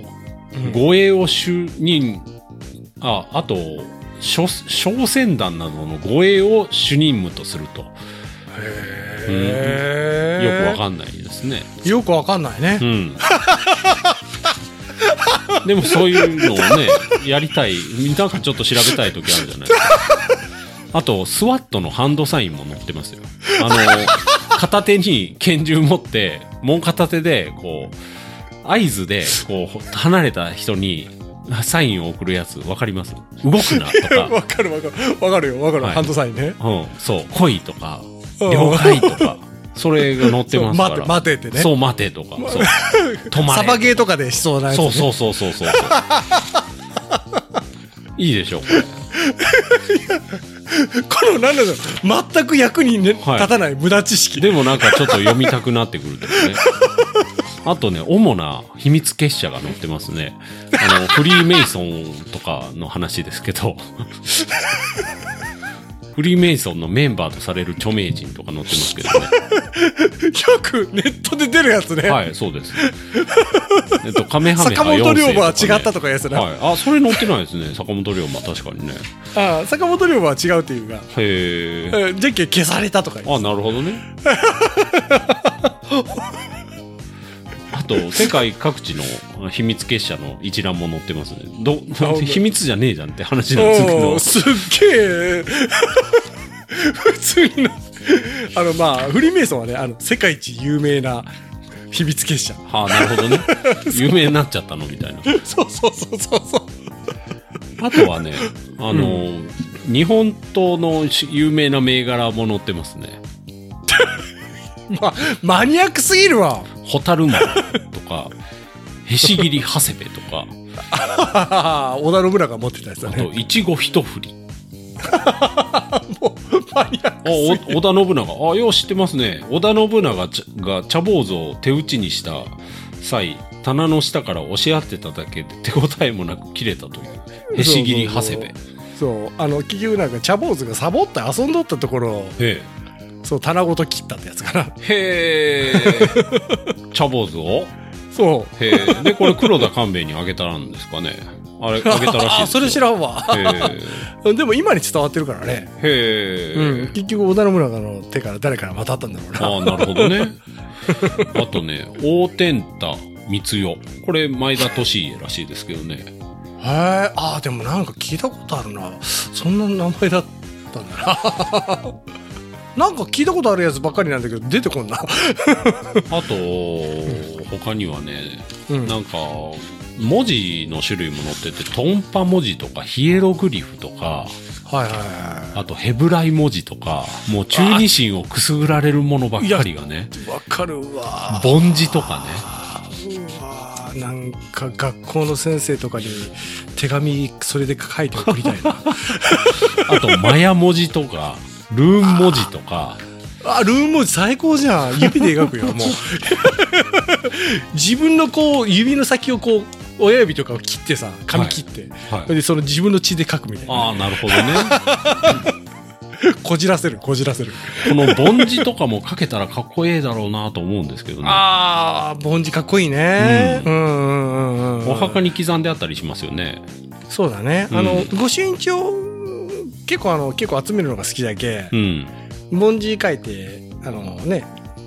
[SPEAKER 2] うん
[SPEAKER 3] 護衛を主任、あ、あと、小小船団などの護衛を主任務とすると、
[SPEAKER 2] へ
[SPEAKER 3] よくわ
[SPEAKER 2] ん
[SPEAKER 3] かんないですね。
[SPEAKER 2] よくわかんないね
[SPEAKER 3] うん。でもそういうのをね、やりたい、なんかちょっと調べたい時あるじゃないですか。あと、スワットのハンドサインも載ってますよ。あの、片手に拳銃持って、もう片手で、こう、合図で、こう、離れた人に、サインを送るやつ、わかります動くなとか、
[SPEAKER 2] [laughs] わかるわかるわかるよわかる、
[SPEAKER 3] はい
[SPEAKER 2] ハンドサインね
[SPEAKER 3] うん、そう、来いとか、
[SPEAKER 2] うん
[SPEAKER 3] 了解とか、それが載って
[SPEAKER 2] そう
[SPEAKER 3] ます
[SPEAKER 2] [laughs] 待
[SPEAKER 3] から。
[SPEAKER 2] て待てってね
[SPEAKER 3] そう、待てとか、そう、止まれ
[SPEAKER 2] サバゲーとかでしそうなやつ、ね、
[SPEAKER 3] そうそうそうそうそう。 [laughs] いいでしょう、これ。
[SPEAKER 2] この何だろう全く役に、ね
[SPEAKER 3] はい
[SPEAKER 2] 立たない無駄知識
[SPEAKER 3] でもなんかちょっと読みたくなってくるというね。あとね、主な秘密結社が載ってますね。あの、フ [laughs] リーメイソンとかの話ですけど。 [laughs] フリーメイソンのメンバーとされる著名人とか載ってますけどね。
[SPEAKER 2] よくネットで出るやつね、
[SPEAKER 3] [laughs] はい、そうです。えっと、カメハメハ
[SPEAKER 2] 坂本龍馬は違ったと
[SPEAKER 3] か
[SPEAKER 2] かいうやつ
[SPEAKER 3] ね。
[SPEAKER 2] な、
[SPEAKER 3] はい。あ、それ載ってないですね。坂本龍馬、確かにね。
[SPEAKER 2] ああ坂本龍馬は違うっていうか
[SPEAKER 3] へえ。
[SPEAKER 2] えーじゃんけん消されたとかいう
[SPEAKER 3] あなるほ
[SPEAKER 2] [laughs]
[SPEAKER 3] どねあと世界各地の秘密結社の一覧も載ってますねど秘密じゃねえじゃんって話なんですけ
[SPEAKER 2] お
[SPEAKER 3] ど
[SPEAKER 2] ーすっげえ普通になあのまあフリーメイソンはねあの世界一有名な秘密結社
[SPEAKER 3] はあなるほ
[SPEAKER 2] [laughs]
[SPEAKER 3] どね有名になっちゃったのみたいな
[SPEAKER 2] そうそうそうそうそう
[SPEAKER 3] あとはねあの、日本刀の有名な銘柄も載ってますね
[SPEAKER 2] まあマニアックすぎるわ
[SPEAKER 3] 蛍丸とかへし切り長谷部とか
[SPEAKER 2] 織田信長が持ってたやつだ
[SPEAKER 3] あ
[SPEAKER 2] ね
[SPEAKER 3] といちご一振り
[SPEAKER 2] もうマニアッ
[SPEAKER 3] あ、お織田信長。あ、よう知ってますね。織田信長がちゃが茶坊主を手打ちにした際、棚の下から押し合ってただけで手応えもなく切れたという。へし切り長谷
[SPEAKER 2] そ
[SPEAKER 3] 部。
[SPEAKER 2] うそうあの企業なんか茶坊主がサボって遊んどったところを
[SPEAKER 3] へ
[SPEAKER 2] そう棚ごと切ったってやつかな
[SPEAKER 3] え。へえ。茶坊主を
[SPEAKER 2] そう
[SPEAKER 3] へえ。で、これ黒田官兵衛にあげたらんですかね。あれ、あげたらしいですよ。
[SPEAKER 2] [laughs] あそれ知らんわ
[SPEAKER 3] へ
[SPEAKER 2] でも今に伝わってるからね、
[SPEAKER 3] え。へえ。
[SPEAKER 2] うん、結局織田信長の手から誰から渡ったんだろうな
[SPEAKER 3] ああ、なるほどね。あとね、大天太光代。これ、前田利家らしいですけどね。
[SPEAKER 2] へえあーでもなんか聞いたことあるなそんな名前だったん [laughs] だななんか聞いたことあるやつばっかりなんだけど出てこんな
[SPEAKER 3] あと、他にはね、
[SPEAKER 2] うん
[SPEAKER 3] なんか、文字の種類も載ってて、トンパ文字とか、ヒエログリフとか、
[SPEAKER 2] はいはいは
[SPEAKER 3] あとヘブライ文字とか、もう中二心をくすぐられるものばっかりがね、
[SPEAKER 2] いわかるわ
[SPEAKER 3] 凡字とかね、
[SPEAKER 2] うわーなんか学校の先生とかに手紙それで書いて送りたい
[SPEAKER 3] [laughs]
[SPEAKER 2] な
[SPEAKER 3] あとマヤ文字とか、ルーン文字とか、
[SPEAKER 2] あルーン文字最高じゃん指で描くよもう [laughs] 自分のこう指の先をこう親指とかを切ってさ紙切って、
[SPEAKER 3] はい
[SPEAKER 2] でその自分の血で書くみたいな
[SPEAKER 3] ああ、なるほどね。
[SPEAKER 2] こじらせるこじらせる
[SPEAKER 3] この凡字とかも書けたらかっこええだろうなと思うんですけどね。
[SPEAKER 2] ああ凡字かっこいいね、うん、うんうんうんうん
[SPEAKER 3] お墓に刻んであったりしますよね。
[SPEAKER 2] そうだね、あの
[SPEAKER 3] うん
[SPEAKER 2] 御朱印帳結構あの結構集めるのが好きだけ、
[SPEAKER 3] うん。
[SPEAKER 2] 文字書いてあのね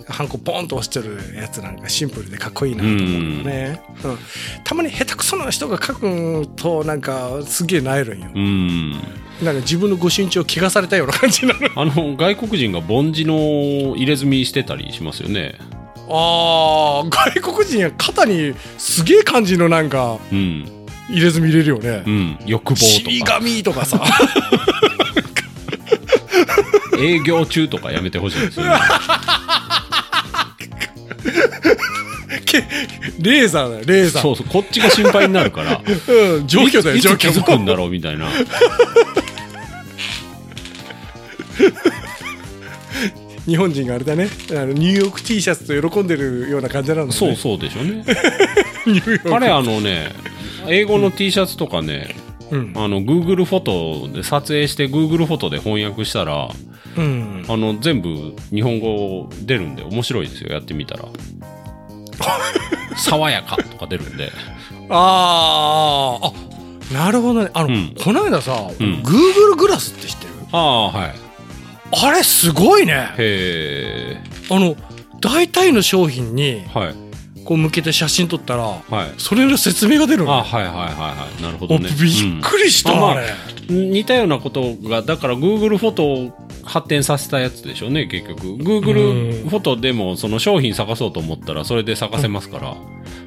[SPEAKER 2] ハンコポンと押してるやつなんかシンプルでかっこいいなと思うよね、うんたまに下手くそな人が書くとなんかすげえなえるんよ
[SPEAKER 3] うん。
[SPEAKER 2] なんか自分のご身長を汚されたような感じになる
[SPEAKER 3] あの、外国人が凡字の入れ墨してたりしますよね。
[SPEAKER 2] あー外国人は肩にすげえ感じのなんか
[SPEAKER 3] うん。
[SPEAKER 2] 入れ墨入れるよね
[SPEAKER 3] うん。欲
[SPEAKER 2] 死
[SPEAKER 3] 望とか。
[SPEAKER 2] 神とかさ
[SPEAKER 3] 営業中とかやめてほしいですよ
[SPEAKER 2] [laughs]
[SPEAKER 3] ね。
[SPEAKER 2] けレーザーだよレーザー
[SPEAKER 3] そうそう、こっちが心配になるから。
[SPEAKER 2] うん、 [laughs] 状況だよ
[SPEAKER 3] いつ
[SPEAKER 2] 状
[SPEAKER 3] いつ気
[SPEAKER 2] 況
[SPEAKER 3] づくんだろうみたいな。
[SPEAKER 2] 日本人があれだねあのニューヨーク T シャツと喜んでるような感じなんだね [laughs]
[SPEAKER 3] そうそうでしょうね。
[SPEAKER 2] ニューヨーク
[SPEAKER 3] 彼あのね、英語の T シャツとかね、
[SPEAKER 2] うん
[SPEAKER 3] あの、Google フォトで撮影して Google フォトで翻訳したら、
[SPEAKER 2] うん
[SPEAKER 3] あの、全部日本語出るんで面白いですよ、やってみ
[SPEAKER 2] [laughs]
[SPEAKER 3] たら。爽やかとか出るんで。
[SPEAKER 2] あーあなるほどねあの、
[SPEAKER 3] うん
[SPEAKER 2] この間さ、
[SPEAKER 3] うん
[SPEAKER 2] Google グラスって知ってる
[SPEAKER 3] ああ、はい。
[SPEAKER 2] あれすごいね
[SPEAKER 3] へえ、
[SPEAKER 2] あの大体の商品に
[SPEAKER 3] はい、
[SPEAKER 2] こう向けて写真撮ったら
[SPEAKER 3] はい。
[SPEAKER 2] それの説明が出る
[SPEAKER 3] あ
[SPEAKER 2] の
[SPEAKER 3] あ、はいはいはいはい。なるほ
[SPEAKER 2] お
[SPEAKER 3] ど
[SPEAKER 2] び
[SPEAKER 3] ね。
[SPEAKER 2] っくりした、
[SPEAKER 3] うん
[SPEAKER 2] あれ、
[SPEAKER 3] うん似たようなことが、だから Google フォトを発展させたやつでしょうね、結局。
[SPEAKER 2] う
[SPEAKER 3] Google
[SPEAKER 2] ん
[SPEAKER 3] フォトでも、その商品探そうと思ったら、それで探せますから。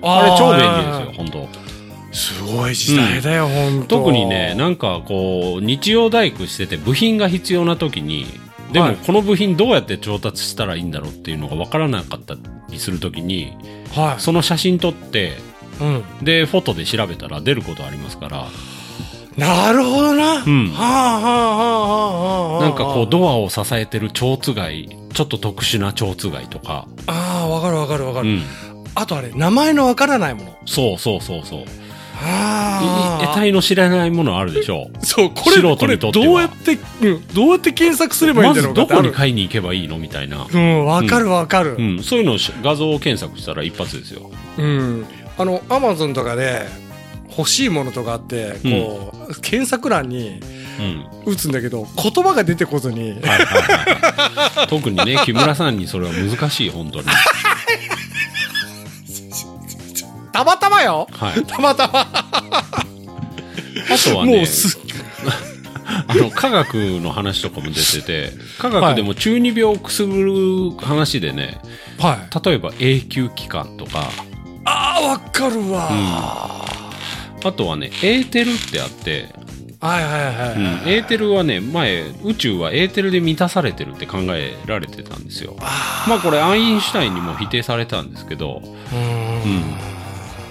[SPEAKER 3] あ
[SPEAKER 2] ー
[SPEAKER 3] れ超便利ですよ、本当。
[SPEAKER 2] すごい時代だよ、本当
[SPEAKER 3] 特にね、なんかこう、日曜大工してて部品が必要な時に、で
[SPEAKER 2] は
[SPEAKER 3] も
[SPEAKER 2] い
[SPEAKER 3] この部品どうやって調達したらいいんだろうっていうのが分からなかったりする時に、
[SPEAKER 2] は
[SPEAKER 3] その写真撮って、
[SPEAKER 2] い、うん、
[SPEAKER 3] で、フォトで調べたら出ることありますから、
[SPEAKER 2] なるほどな、
[SPEAKER 3] うん
[SPEAKER 2] はあはあはあはあはあ
[SPEAKER 3] なんかこう、ドアを支えてる蝶つがい、ちょっと特殊な蝶つがいとか、
[SPEAKER 2] ああわかるわかるわか
[SPEAKER 3] う
[SPEAKER 2] る、
[SPEAKER 3] ん。
[SPEAKER 2] あとあれ名前のわからないもの
[SPEAKER 3] そうそうそうそう。い
[SPEAKER 2] あー
[SPEAKER 3] 得体の知らないものあるでしょう。
[SPEAKER 2] そうこれ
[SPEAKER 3] 素
[SPEAKER 2] こ
[SPEAKER 3] 人
[SPEAKER 2] れ
[SPEAKER 3] に
[SPEAKER 2] ど
[SPEAKER 3] と
[SPEAKER 2] う
[SPEAKER 3] っては
[SPEAKER 2] やって、うん、どうやって検索すればいい
[SPEAKER 3] ま
[SPEAKER 2] んだろ
[SPEAKER 3] ず
[SPEAKER 2] うかっ
[SPEAKER 3] ど
[SPEAKER 2] てあ
[SPEAKER 3] こ
[SPEAKER 2] る
[SPEAKER 3] に買いに行けばいいのみたいな。
[SPEAKER 2] うんわかるわかる
[SPEAKER 3] うん、そういうのをし画像を検索したら一発ですよ。
[SPEAKER 2] うん、あのアマゾンとかで欲しいものとかあってこう、検索欄に
[SPEAKER 3] うん。
[SPEAKER 2] 打つんだけど言葉が出てこずに [laughs]
[SPEAKER 3] はいはいはい、特にね、木村さんにそれは難しい、本当に。は
[SPEAKER 2] たまたまよ [laughs]
[SPEAKER 3] い。
[SPEAKER 2] たまたま、
[SPEAKER 3] あとは
[SPEAKER 2] も
[SPEAKER 3] ね
[SPEAKER 2] う、す
[SPEAKER 3] あの、科学の話とかも出てて、科学でも中二病をくすぐる話でね、
[SPEAKER 2] はい
[SPEAKER 3] 例えば永久期間とか、
[SPEAKER 2] あーわかるわ、
[SPEAKER 3] うんあとはね、エーテルってあって、
[SPEAKER 2] はいはいはい、
[SPEAKER 3] うん、エーテルはね、前、宇宙はエーテルで満たされてるって考えられてたんですよ。まあこれ、アインシュタインにも否定されたんですけど、
[SPEAKER 2] うん
[SPEAKER 3] うん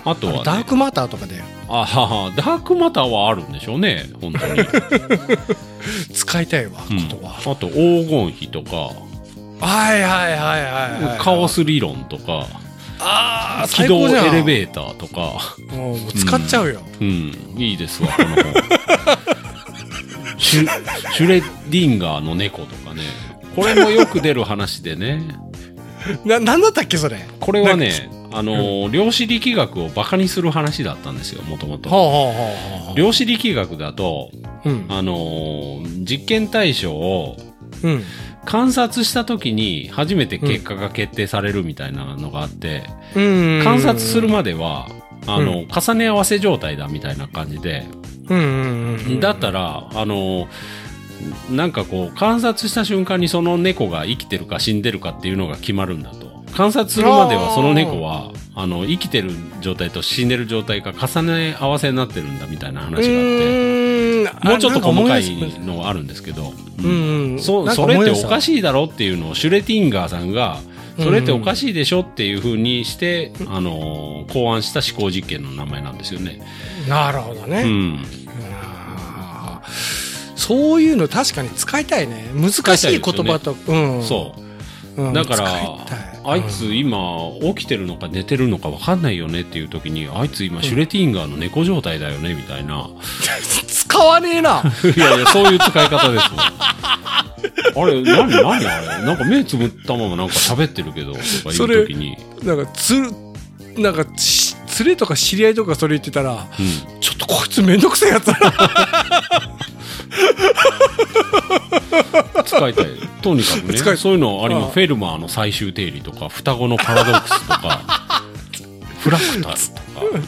[SPEAKER 3] あとは、ね、
[SPEAKER 2] ダークマターとかで
[SPEAKER 3] あはは、ダークマターはあるんでしょうね、本当に。
[SPEAKER 2] 使いたいわ、
[SPEAKER 3] うん
[SPEAKER 2] 言
[SPEAKER 3] あ
[SPEAKER 2] 葉
[SPEAKER 3] と黄金比とか、
[SPEAKER 2] はいはいはいはい、はい、
[SPEAKER 3] カオス理論とか、
[SPEAKER 2] ああ
[SPEAKER 3] 軌
[SPEAKER 2] 最
[SPEAKER 3] 道
[SPEAKER 2] 高じゃん
[SPEAKER 3] エレベーターとか、
[SPEAKER 2] もうもう使っちゃうよ、
[SPEAKER 3] うん、いいですわ、この本。 [laughs] シュシュレッディンガーの猫とかね、これもよく出る話でね、
[SPEAKER 2] ななんだったっけそれ
[SPEAKER 3] これはね、あのー、量子力学をバカにする話だったんですよ、もともと。
[SPEAKER 2] はあは
[SPEAKER 3] 量子力学だと、
[SPEAKER 2] あうん
[SPEAKER 3] あのー、実験対象を
[SPEAKER 2] うん
[SPEAKER 3] 観察した時に初めて結果が決定されるみたいなのがあって、
[SPEAKER 2] うん
[SPEAKER 3] 観察するまでは、あの、重ね合わせ状態だみたいな感じで、
[SPEAKER 2] うんうんうん
[SPEAKER 3] だったら、あの、なんかこう、観察した瞬間にその猫が生きてるか死んでるかっていうのが決まるんだと。観察するまではその猫は、あの、生きてる状態と死んでる状態が重ね合わせになってるんだみたいな話があって、もうちょっと細かいのはあるんですけど、
[SPEAKER 2] う
[SPEAKER 3] うん
[SPEAKER 2] ん、
[SPEAKER 3] そそれっておか
[SPEAKER 2] しい
[SPEAKER 3] しいだろっていうのをシュレティンガーさんが、それっておかしいでしょっていう風にして、あのー、考案した思考実験の名前なんですよね。
[SPEAKER 2] なるほどね、
[SPEAKER 3] うん。
[SPEAKER 2] あーそういうの確かに使いたいね難しい言葉と、うん
[SPEAKER 3] そう。
[SPEAKER 2] うん、
[SPEAKER 3] だから
[SPEAKER 2] 使いたい、
[SPEAKER 3] あいつ今起きてるのか寝てるのかわかんないよねっていう時に、あいつ今シュレティンガーの猫状態だよねみた
[SPEAKER 2] [laughs]
[SPEAKER 3] いな。
[SPEAKER 2] 使わねえな
[SPEAKER 3] いやいや、そういう使い方ですもん。あれ、何何あれなんか目つぶったままなんか喋ってるけど、とか
[SPEAKER 2] そ
[SPEAKER 3] いう
[SPEAKER 2] れ
[SPEAKER 3] 時に。
[SPEAKER 2] なんかつなんかし連れとか知り合いとかそれ言ってたら
[SPEAKER 3] うん。
[SPEAKER 2] ちょっとこいつめんどくせえやつだ
[SPEAKER 3] [laughs]
[SPEAKER 2] な
[SPEAKER 3] 使いたい。とにかくね、
[SPEAKER 2] 使い
[SPEAKER 3] そういうのあり
[SPEAKER 2] あ
[SPEAKER 3] ま
[SPEAKER 2] あ
[SPEAKER 3] す。フェルマーの最終定理とか、双子のパラドックスとか、フラクタルとか、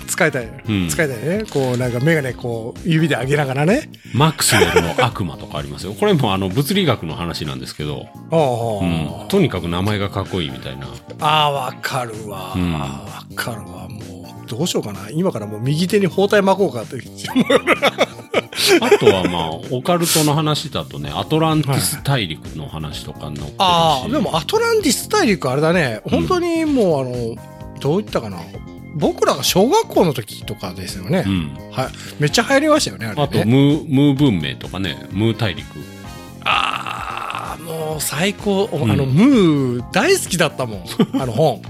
[SPEAKER 2] 使いたい、
[SPEAKER 3] うん
[SPEAKER 2] 使いたいねこうなんか眼鏡こう指で上げながらね
[SPEAKER 3] マックスウェルの悪魔とかありますよ。これもあの物理学の話なんですけど、
[SPEAKER 2] おうおう
[SPEAKER 3] うん、とにかく名前がかっこいいみたいな。
[SPEAKER 2] あーわかるわ、
[SPEAKER 3] うん
[SPEAKER 2] わかるわもうどうしようかな今からもう右手に包帯巻こうか
[SPEAKER 3] [laughs]
[SPEAKER 2] という
[SPEAKER 3] あとはまあ、オカルトの話だとね、アトランティス大陸の話とか載ってるし。
[SPEAKER 2] ああでもアトランティス大陸あれだね本当にもうあのどういったかな僕らが小学校の時とかですよね
[SPEAKER 3] う、ん。
[SPEAKER 2] はいめっちゃ流行りましたよねあれね
[SPEAKER 3] あと、ムー、ムー文明とかね、ムー大陸。
[SPEAKER 2] ああもう最高、お
[SPEAKER 3] うん
[SPEAKER 2] あのムー大好きだったも
[SPEAKER 3] [laughs]
[SPEAKER 2] んあの本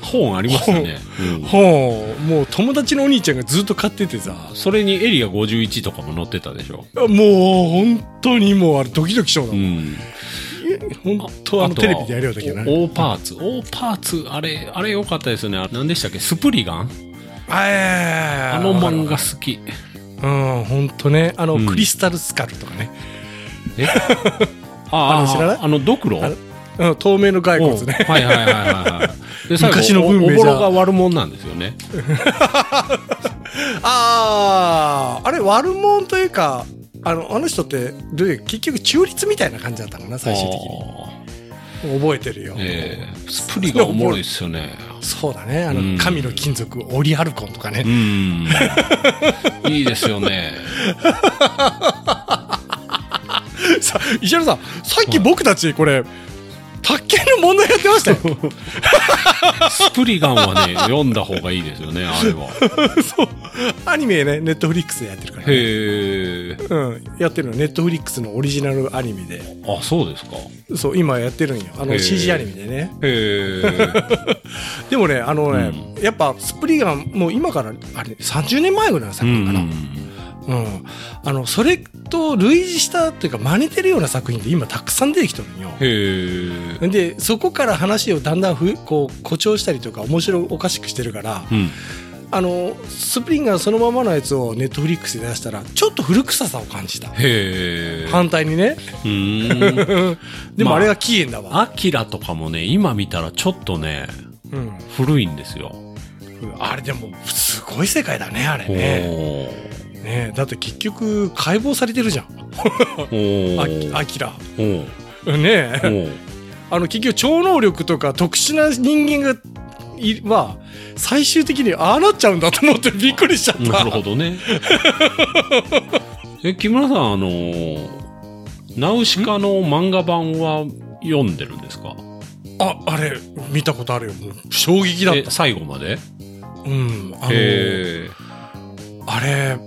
[SPEAKER 3] 本ありましたね。うん
[SPEAKER 2] 本もう友達のお兄ちゃんがずっと買っててさ
[SPEAKER 3] それにエリア51とかも載ってたでしょ。
[SPEAKER 2] もう本当にもうあれドキドキしようだ
[SPEAKER 3] う
[SPEAKER 2] もん、
[SPEAKER 3] ん。
[SPEAKER 2] 本当あの
[SPEAKER 3] と
[SPEAKER 2] テ
[SPEAKER 3] は
[SPEAKER 2] レビでやるようだけどね
[SPEAKER 3] おオーパーツ。オーパーツ、あれ、あれ良かったですよね。あ何でしたっけスプリガン
[SPEAKER 2] あ
[SPEAKER 3] あの漫画好き。
[SPEAKER 2] うん本当ねあの、
[SPEAKER 3] うん
[SPEAKER 2] クリスタルスカルとかね、
[SPEAKER 3] えあ
[SPEAKER 2] あの知らない
[SPEAKER 3] あの、ドクロ
[SPEAKER 2] あのうん、透明の骸
[SPEAKER 3] おう
[SPEAKER 2] 骨ね
[SPEAKER 3] はいはいはいはいはい。
[SPEAKER 2] [laughs]
[SPEAKER 3] で、最後、
[SPEAKER 2] 昔の文
[SPEAKER 3] おお
[SPEAKER 2] 明じゃ
[SPEAKER 3] ぼろが悪者なんですよね。
[SPEAKER 2] あああれ悪者というかあのあの人ってどういう結局中立みたいな感じだったのかな最終的
[SPEAKER 3] あ
[SPEAKER 2] に覚えてるよ
[SPEAKER 3] ー、ええスプリガンおもろいっすよね。
[SPEAKER 2] そうだねあ
[SPEAKER 3] うん
[SPEAKER 2] の神の金属オリアルコンとか
[SPEAKER 3] う
[SPEAKER 2] ね、
[SPEAKER 3] ん。いいですよね。
[SPEAKER 2] [laughs] さ石原さんさっき僕たちこれ卓球の問題やってましたよ
[SPEAKER 3] スプリガンはね、読んだ方がいいですよね、あれは。
[SPEAKER 2] [laughs] そうアニメねネットフリックスでやってるから、ね
[SPEAKER 3] へえ。
[SPEAKER 2] うん、やってるのネットフリックスのオリジナルアニメで
[SPEAKER 3] あ、そうですか。
[SPEAKER 2] そう今やってるんよあ
[SPEAKER 3] へ
[SPEAKER 2] の
[SPEAKER 3] ー
[SPEAKER 2] CG アニメでね
[SPEAKER 3] へえ。
[SPEAKER 2] でもねあのね、やっぱスプリガンもう今からあれ30年前ぐらいの
[SPEAKER 3] う
[SPEAKER 2] 作品かな、うん
[SPEAKER 3] ん。
[SPEAKER 2] あのそれと類似したっていうか真似てるような作品って今たくさん出てきてるんよ
[SPEAKER 3] へえ。
[SPEAKER 2] でそこから話をだんだんふこう誇張したりとか面白おかしくしてるから、
[SPEAKER 3] うん。
[SPEAKER 2] あのスプリンガーそのままのやつをネットフリックスで出したらちょっと古臭さを感じた
[SPEAKER 3] へえ。
[SPEAKER 2] 反対にね
[SPEAKER 3] うーん。
[SPEAKER 2] でも
[SPEAKER 3] まあ
[SPEAKER 2] あれが起源だわ、
[SPEAKER 3] アキラとかもね、今見たらちょっとね、
[SPEAKER 2] うん、
[SPEAKER 3] 古いんですよ。
[SPEAKER 2] あれでもすごい世界だねあれ
[SPEAKER 3] お
[SPEAKER 2] ね
[SPEAKER 3] ー
[SPEAKER 2] ねだって結局解剖されてるじゃん
[SPEAKER 3] おー
[SPEAKER 2] あきアキラ
[SPEAKER 3] おー
[SPEAKER 2] ね
[SPEAKER 3] お
[SPEAKER 2] え
[SPEAKER 3] ー
[SPEAKER 2] あの結局超能力とか特殊な人間がいは最終的にああなっちゃうんだと思ってびっくりしちゃった
[SPEAKER 3] なるほどね。え、木村さん、あのーナウシカの漫画版は読んでるんですか
[SPEAKER 2] ああれ見たことあるよもう衝撃だっ
[SPEAKER 3] え、
[SPEAKER 2] た
[SPEAKER 3] 最後まで
[SPEAKER 2] うんあの
[SPEAKER 3] へえ。
[SPEAKER 2] あれ、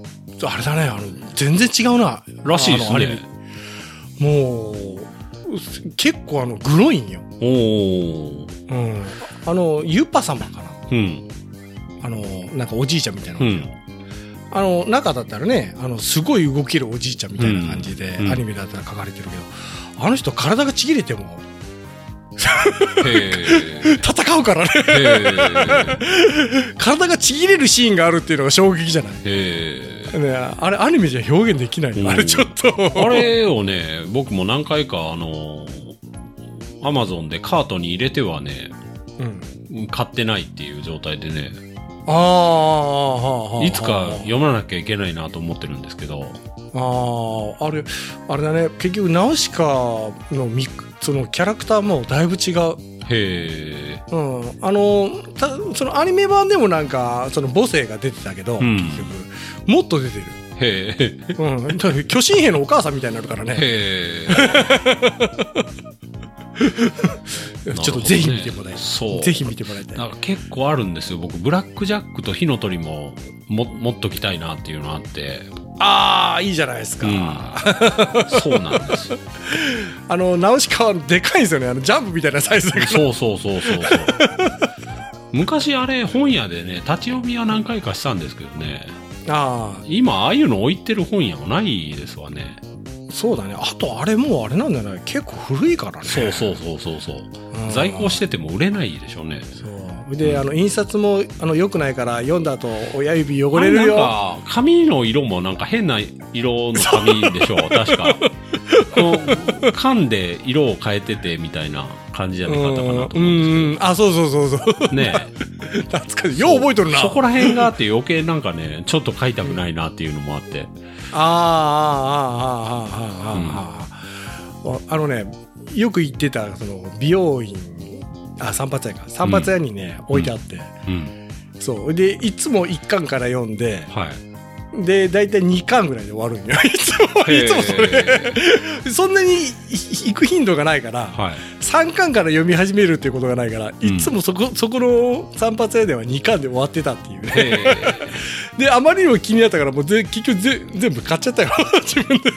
[SPEAKER 2] あれだね、あの、全然違うな。
[SPEAKER 3] らしいです
[SPEAKER 2] あの
[SPEAKER 3] ね。。
[SPEAKER 2] あれもう、す結構あの、グロいんよ。
[SPEAKER 3] おおー。
[SPEAKER 2] うん。あの、ユッパ様かな。
[SPEAKER 3] うん。
[SPEAKER 2] あの、なんかおじいちゃんみたいな。
[SPEAKER 3] うん。
[SPEAKER 2] あの、中だったらね、あの、すごい動けるおじいちゃんみたいな感じで、
[SPEAKER 3] うんうん
[SPEAKER 2] アニメだったら書かれてるけど、あの人体がちぎれても
[SPEAKER 3] へえ。
[SPEAKER 2] 戦うからね。 [laughs]
[SPEAKER 3] へ
[SPEAKER 2] 体がちぎれるシーンがあるっていうのが衝撃じゃない。
[SPEAKER 3] え。へえ。
[SPEAKER 2] ね、あれアニメじゃ表現できないよ。
[SPEAKER 3] うん
[SPEAKER 2] あれちょっと。
[SPEAKER 3] あれをね、僕も何回か、あのー、アマゾンでカートに入れてはね、
[SPEAKER 2] うん。
[SPEAKER 3] 買ってないっていう状態でね、
[SPEAKER 2] ああ、はあ、はあ。
[SPEAKER 3] いつか読まなきゃいけないなと思ってるんですけど、
[SPEAKER 2] あああれあれだね結局ナウシカのミそのキャラクターもだいぶ違う、
[SPEAKER 3] へえ、
[SPEAKER 2] うん、あのたそのアニメ版でもなんかその母性が出てたけど、
[SPEAKER 3] うん
[SPEAKER 2] 結局もっと出てる、
[SPEAKER 3] へえ、
[SPEAKER 2] うん、だから巨神兵のお母さんみたいになるからね
[SPEAKER 3] へえ。
[SPEAKER 2] ちょっとぜひ見てもらいたい、
[SPEAKER 3] そう
[SPEAKER 2] ぜひ見てもらいたい
[SPEAKER 3] [laughs] なんか結構あるんですよ。僕、ブラックジャックと火の鳥もも持っときたいなっていうのあって。
[SPEAKER 2] ああいいじゃないですか、
[SPEAKER 3] うん。そうなんですよ。
[SPEAKER 2] あのナウシカはでかいんですよねあのジャンプみたいなサイズが
[SPEAKER 3] そうそうそうそうそう。昔あれ本屋でね、立ち読みは何回かしたんですけどね、
[SPEAKER 2] あ
[SPEAKER 3] 今ああいうの置いてる本屋もないですわね。
[SPEAKER 2] あそうだねあとあれもうあれなんじゃない結構古いからね
[SPEAKER 3] そうそうそうそうそう。
[SPEAKER 2] うん
[SPEAKER 3] 在庫してても売れないでしょうね。
[SPEAKER 2] そうで、あの印刷もあの良くないから読んだ後親指汚れるよ
[SPEAKER 3] あれなんか紙の色もなんか変な色の紙で
[SPEAKER 2] [laughs]
[SPEAKER 3] しょう確かこう缶で色を変えててみたいな感じじゃ
[SPEAKER 2] う
[SPEAKER 3] なかったかなと
[SPEAKER 2] ん
[SPEAKER 3] 思うんで
[SPEAKER 2] うんあそうそうそう [laughs] そう
[SPEAKER 3] すけどね
[SPEAKER 2] 懐かしいよう覚えとるな
[SPEAKER 3] そこら辺があって余計なんかねちょっと書いたくないなっていうのもあって
[SPEAKER 2] あああああああああああああのねよく行ってたその美容院にあ散髪屋か散髪屋にね、置いてあって、
[SPEAKER 3] うん
[SPEAKER 2] そうでいつも1巻から読んで
[SPEAKER 3] はい
[SPEAKER 2] で大体2巻ぐらいで終わるんよ [laughs] いつもいつもそれ
[SPEAKER 3] へー
[SPEAKER 2] そんなに行く頻度がないから、
[SPEAKER 3] はい
[SPEAKER 2] 3巻から読み始めるっていうことがないから、いつもそこそこの散髪屋では2巻で終わってたっていうね [laughs]
[SPEAKER 3] へー
[SPEAKER 2] であまりにも気になったからもうぜ結局ぜ全部買っちゃったよ自分で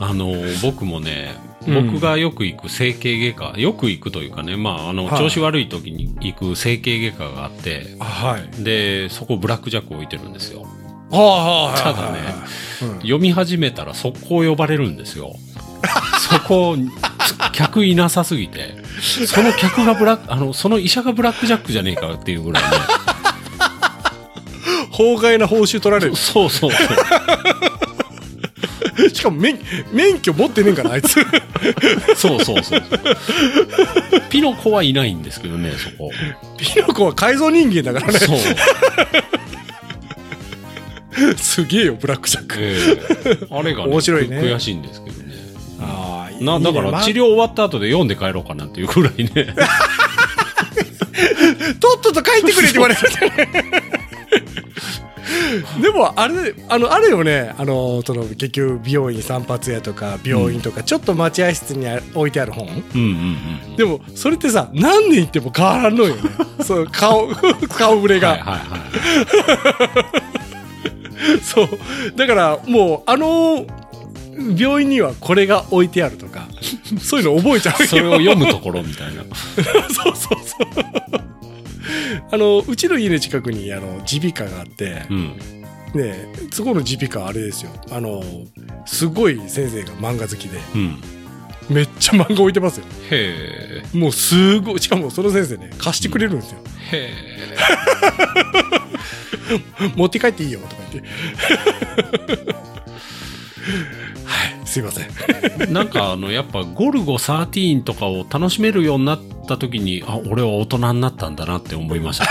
[SPEAKER 3] あの僕もね
[SPEAKER 2] うん
[SPEAKER 3] 僕がよく行く整形外科、よく行くというかね、まあ、あの、
[SPEAKER 2] はい
[SPEAKER 3] 調子悪い時に行く整形外科があっ
[SPEAKER 2] [laughs]
[SPEAKER 3] て、
[SPEAKER 2] はい
[SPEAKER 3] で、そこブラックジャック置いてるんですよ。
[SPEAKER 2] はい
[SPEAKER 3] ただね読み始めたら速攻呼ばれるんですよ。 [laughs] そこ、客いなさすぎて、その客がブラック、あの、その医者がブラックジャックじゃねえかっていうぐらい
[SPEAKER 2] 法外な報酬取られ
[SPEAKER 3] ね。
[SPEAKER 2] る [laughs]
[SPEAKER 3] そうそうそう。
[SPEAKER 2] しかも免免許持ってねえんかなあいつ [laughs]
[SPEAKER 3] そうそうそう。ピノコはいないんですけどね、そこ。
[SPEAKER 2] ピノコは改造人間だからね [laughs]
[SPEAKER 3] そう。
[SPEAKER 2] すげえよブラックジャック、
[SPEAKER 3] ええあれが、ね、
[SPEAKER 2] 面白いね
[SPEAKER 3] く悔しいんですけどね。
[SPEAKER 2] あーいいね
[SPEAKER 3] な、だから
[SPEAKER 2] ま
[SPEAKER 3] 治療終わった後で読んで帰ろうかなっていうぐら
[SPEAKER 2] [laughs]
[SPEAKER 3] いね。
[SPEAKER 2] とっとと帰ってくれって言われる [laughs] でもあれあのあるよねあのその結局美容院散髪屋とか病院とか、ちょっと待合室にあ置いてある本
[SPEAKER 3] うんうんうん。
[SPEAKER 2] でもそれってさ何年いっても変わらんの [laughs] よねそう顔 [laughs] 顔ぶれが、
[SPEAKER 3] はいはいはい。
[SPEAKER 2] そうだからもうあの病院にはこれが置いてあるとかそういうの覚えちゃうよ
[SPEAKER 3] それを読むところみたいな。
[SPEAKER 2] [laughs] そうそうそう [laughs] あのうちの家の近くにあの耳鼻科があって、
[SPEAKER 3] うん。
[SPEAKER 2] ねえそこの耳鼻科あれですよあのすごい先生が漫画好きで
[SPEAKER 3] うん。
[SPEAKER 2] めっちゃ漫画置いてますよ
[SPEAKER 3] へえ。
[SPEAKER 2] もうすごいしかもその先生ね貸してくれるんですよ、
[SPEAKER 3] へえ。
[SPEAKER 2] 持って帰っていいよとか言って [laughs] はいすいません
[SPEAKER 3] なんかあのやっぱ「ゴルゴ13」とかを楽しめるようになった時にあ俺は大人になったんだなって思いました、 [laughs]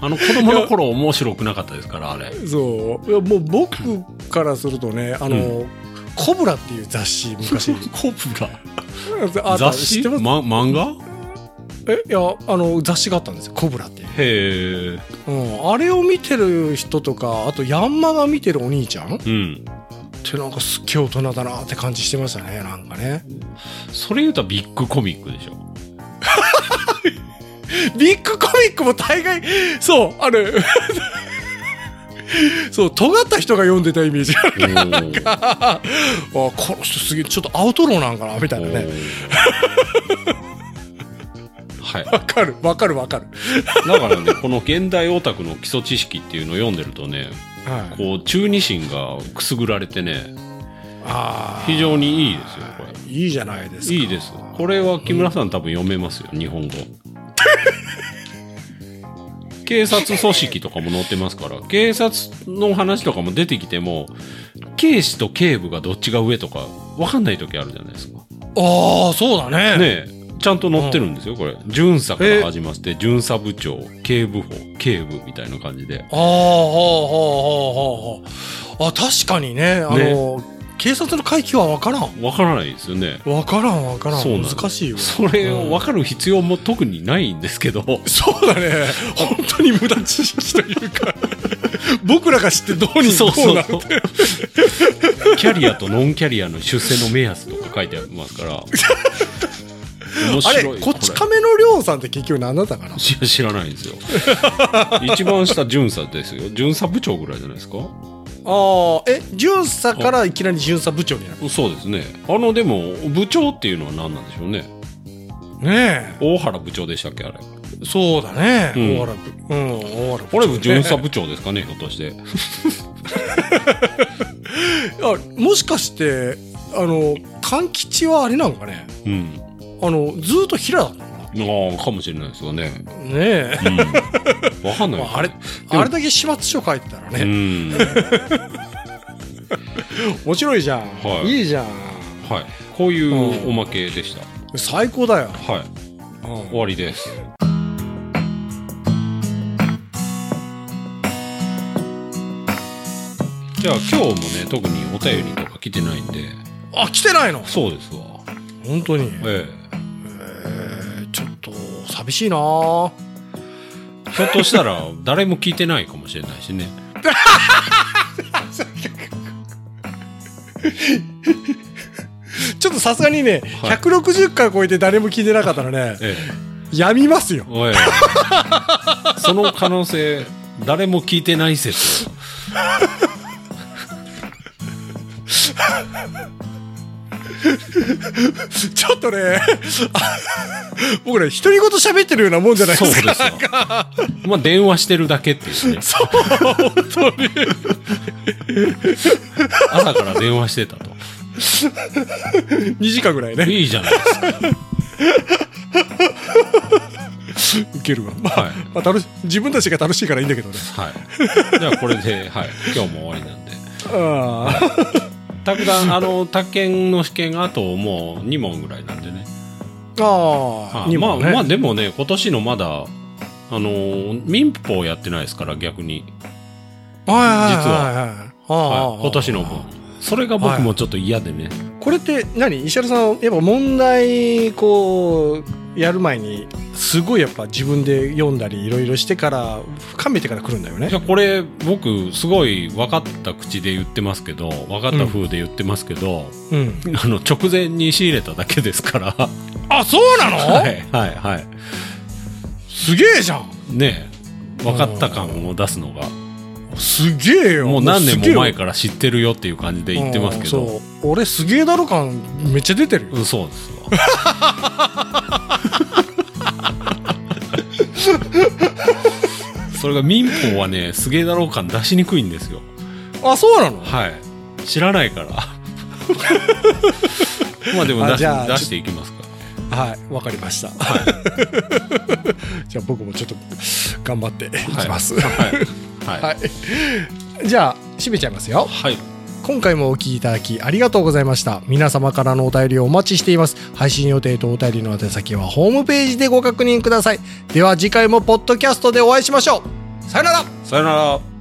[SPEAKER 3] あの子供の頃面白くなかったですからあれ
[SPEAKER 2] そういやもう僕からするとねあの、コブラっていう雑誌昔
[SPEAKER 3] コブラ
[SPEAKER 2] あった
[SPEAKER 3] 雑
[SPEAKER 2] 知っ
[SPEAKER 3] 誌、
[SPEAKER 2] て
[SPEAKER 3] ま、
[SPEAKER 2] ます
[SPEAKER 3] 漫画
[SPEAKER 2] えいやあの雑誌があったんですよコブラっていう、
[SPEAKER 3] へえ
[SPEAKER 2] うん、あれを見てる人とかあとヤンマが見てるお兄ちゃん
[SPEAKER 3] うん
[SPEAKER 2] ってなんかすっげえ大人だなって感じしてましたねなんかね
[SPEAKER 3] それ言うたらビッグコミックでしょ
[SPEAKER 2] ビッグコミックも大概そうあれ [laughs] そう尖った人が読んでたイメージ [laughs] あ
[SPEAKER 3] おー
[SPEAKER 2] この人すげえちょっとアウトローなんかなみたい
[SPEAKER 3] お
[SPEAKER 2] な
[SPEAKER 3] ー
[SPEAKER 2] ね
[SPEAKER 3] [laughs] はい
[SPEAKER 2] わかるわかるわかる
[SPEAKER 3] だからねこの現代オタクの基礎知識っていうのを読んでるとね
[SPEAKER 2] はい
[SPEAKER 3] こう中二心がくすぐられてね
[SPEAKER 2] あ
[SPEAKER 3] 非常にいいですよこれ
[SPEAKER 2] ーいいじゃないですか
[SPEAKER 3] いいです。これは木村さん多分読めますよ、日本 [laughs] 語。警察組織とかも載ってますから、警察の話とかも出てきても、警視と警部がどっちが上とか、わかんない時あるじゃないですか。
[SPEAKER 2] ああそうだね
[SPEAKER 3] ねえ。ちゃんと載ってるんですよ、これ。巡査から始まって、巡査部長、警部補、警部みたいな感じで。
[SPEAKER 2] ああ、はあ、はあ、はあ、はあ。あ、確かにね、あの、警察の階級は分からん。
[SPEAKER 3] わからないですよね。
[SPEAKER 2] 分からん、分から。
[SPEAKER 3] そうなんんです
[SPEAKER 2] 難しいよ。
[SPEAKER 3] それ
[SPEAKER 2] うん
[SPEAKER 3] をわかる必要も特にないんですけど、
[SPEAKER 2] そうだ [laughs] ね。本当に無駄知識というか、 [laughs] 僕らが知ってどうに
[SPEAKER 3] そう
[SPEAKER 2] ど
[SPEAKER 3] そうう
[SPEAKER 2] な
[SPEAKER 3] そう
[SPEAKER 2] る。
[SPEAKER 3] [laughs] キャリアとノンキャリアの出世の目安とか書いてありますから。面
[SPEAKER 2] あ
[SPEAKER 3] 白い
[SPEAKER 2] れ、こっち
[SPEAKER 3] れ
[SPEAKER 2] 亀の亮さんって結局何だったかない
[SPEAKER 3] や知らないんですよ。一番下、巡査ですよ。巡査部長ぐらいじゃないですか
[SPEAKER 2] ああ、え、巡査からいきなり巡査部長になる。
[SPEAKER 3] そうですね。あの、でも、部長っていうのは何なんでしょうね。
[SPEAKER 2] ね
[SPEAKER 3] 大原部長でしたっけあれ。
[SPEAKER 2] え。そうだね。
[SPEAKER 3] うん
[SPEAKER 2] 大原部。うん、大原部。
[SPEAKER 3] これ、巡査部長ですかね、ひょっとして。
[SPEAKER 2] [laughs] あもしかして、あの、勘吉はあれなんかね。
[SPEAKER 3] うん。
[SPEAKER 2] あの、ずーっと平だったのかな。
[SPEAKER 3] ああ、かもしれないですよね。
[SPEAKER 2] ねえ。
[SPEAKER 3] うん。わかんない、
[SPEAKER 2] [laughs] まあ、あれ、
[SPEAKER 3] も
[SPEAKER 2] あれだけ始末書書いてたら
[SPEAKER 3] う
[SPEAKER 2] ね、
[SPEAKER 3] ん。
[SPEAKER 2] 面白いじゃん。
[SPEAKER 3] はい
[SPEAKER 2] いいじゃん。
[SPEAKER 3] はい。こういうおまけでした。
[SPEAKER 2] 最高だよ。
[SPEAKER 3] はい。終わりです。じゃあ今日もね、特にお便りとか来てないんで、
[SPEAKER 2] あ、来てないの
[SPEAKER 3] そうですわ。
[SPEAKER 2] 本当に。
[SPEAKER 3] え
[SPEAKER 2] えーちょっと、寂しいなぁ
[SPEAKER 3] え。ひょっとしたら誰も聞いてないかもしれないしね。
[SPEAKER 2] ちょっとさすがにね、
[SPEAKER 3] はい
[SPEAKER 2] 160回超えて誰も聞いてなかったらね、
[SPEAKER 3] え
[SPEAKER 2] やみますよ
[SPEAKER 3] え。。ええ。その可能性、誰も聞いてない説。
[SPEAKER 2] ちょっとね、 [laughs] あ僕ら独り言喋ってるようなもんじゃない
[SPEAKER 3] そ
[SPEAKER 2] で
[SPEAKER 3] う
[SPEAKER 2] すか。
[SPEAKER 3] ですわ。まあ電話してるだけっていうね。そう、本当に。朝から電話してたと。
[SPEAKER 2] 2時間ぐらいね。
[SPEAKER 3] いいじゃないですか。
[SPEAKER 2] 受けるわ。まあ、
[SPEAKER 3] はい。
[SPEAKER 2] まあ楽し自分たちが楽しいからいいんだけどね。
[SPEAKER 3] はい。じゃあこれで、はい。今日も終わりなんで。
[SPEAKER 2] あ
[SPEAKER 3] 卓
[SPEAKER 2] [laughs]
[SPEAKER 3] 談、あの、卓研の試験があともう2問ぐらいなんでね。
[SPEAKER 2] ーあ
[SPEAKER 3] は
[SPEAKER 2] ー、
[SPEAKER 3] い
[SPEAKER 2] にも
[SPEAKER 3] まあ、まあ
[SPEAKER 2] ね。
[SPEAKER 3] でもね、今年のまだ、あのー、民法やってないですから、逆
[SPEAKER 2] はい
[SPEAKER 3] に。実はい
[SPEAKER 2] はいはいあー
[SPEAKER 3] はい。今年の分。それが僕もちょっと嫌でね。
[SPEAKER 2] これって何石原さんやっぱ問題こうやる前にすごいやっぱ自分で読んだりいろいろしてから深めてから来るんだよね
[SPEAKER 3] じゃあこれ、僕、すごい分かった口で言ってますけど、分かった風で言ってますけど、
[SPEAKER 2] うん
[SPEAKER 3] あの、直前に仕入れただけですから。
[SPEAKER 2] あそうなの、
[SPEAKER 3] [laughs] はい、はい、はい。
[SPEAKER 2] すげえじゃん
[SPEAKER 3] ねえ分かった感を出すのが。
[SPEAKER 2] すげえよ
[SPEAKER 3] もう何年も前
[SPEAKER 2] か
[SPEAKER 3] から知ってるよっていう感じで言ってますけど。うん
[SPEAKER 2] そう俺すげえだろ感めっちゃ出てるよ、
[SPEAKER 3] そうですわ。それが民法はね、すげえだろう感出しにくいんですよ。
[SPEAKER 2] あそうなの
[SPEAKER 3] はい。知らな
[SPEAKER 2] [laughs]
[SPEAKER 3] いから。まあでも
[SPEAKER 2] あ
[SPEAKER 3] 出し
[SPEAKER 2] じゃあ
[SPEAKER 3] 出していきますか。
[SPEAKER 2] はいわかりました、 [laughs] じゃあ僕もちょっと頑張っていきます、
[SPEAKER 3] はい。は
[SPEAKER 2] [laughs] は
[SPEAKER 3] い。
[SPEAKER 2] いじゃあ締めちゃいますよ
[SPEAKER 3] はい。
[SPEAKER 2] 今回もお聞きいただきありがとうございました皆様からのお便りをお待ちしています配信予定とお便りの宛先はホームページでご確認くださいでは次回もポッドキャストでお会いしましょうさよなら
[SPEAKER 3] さよなら。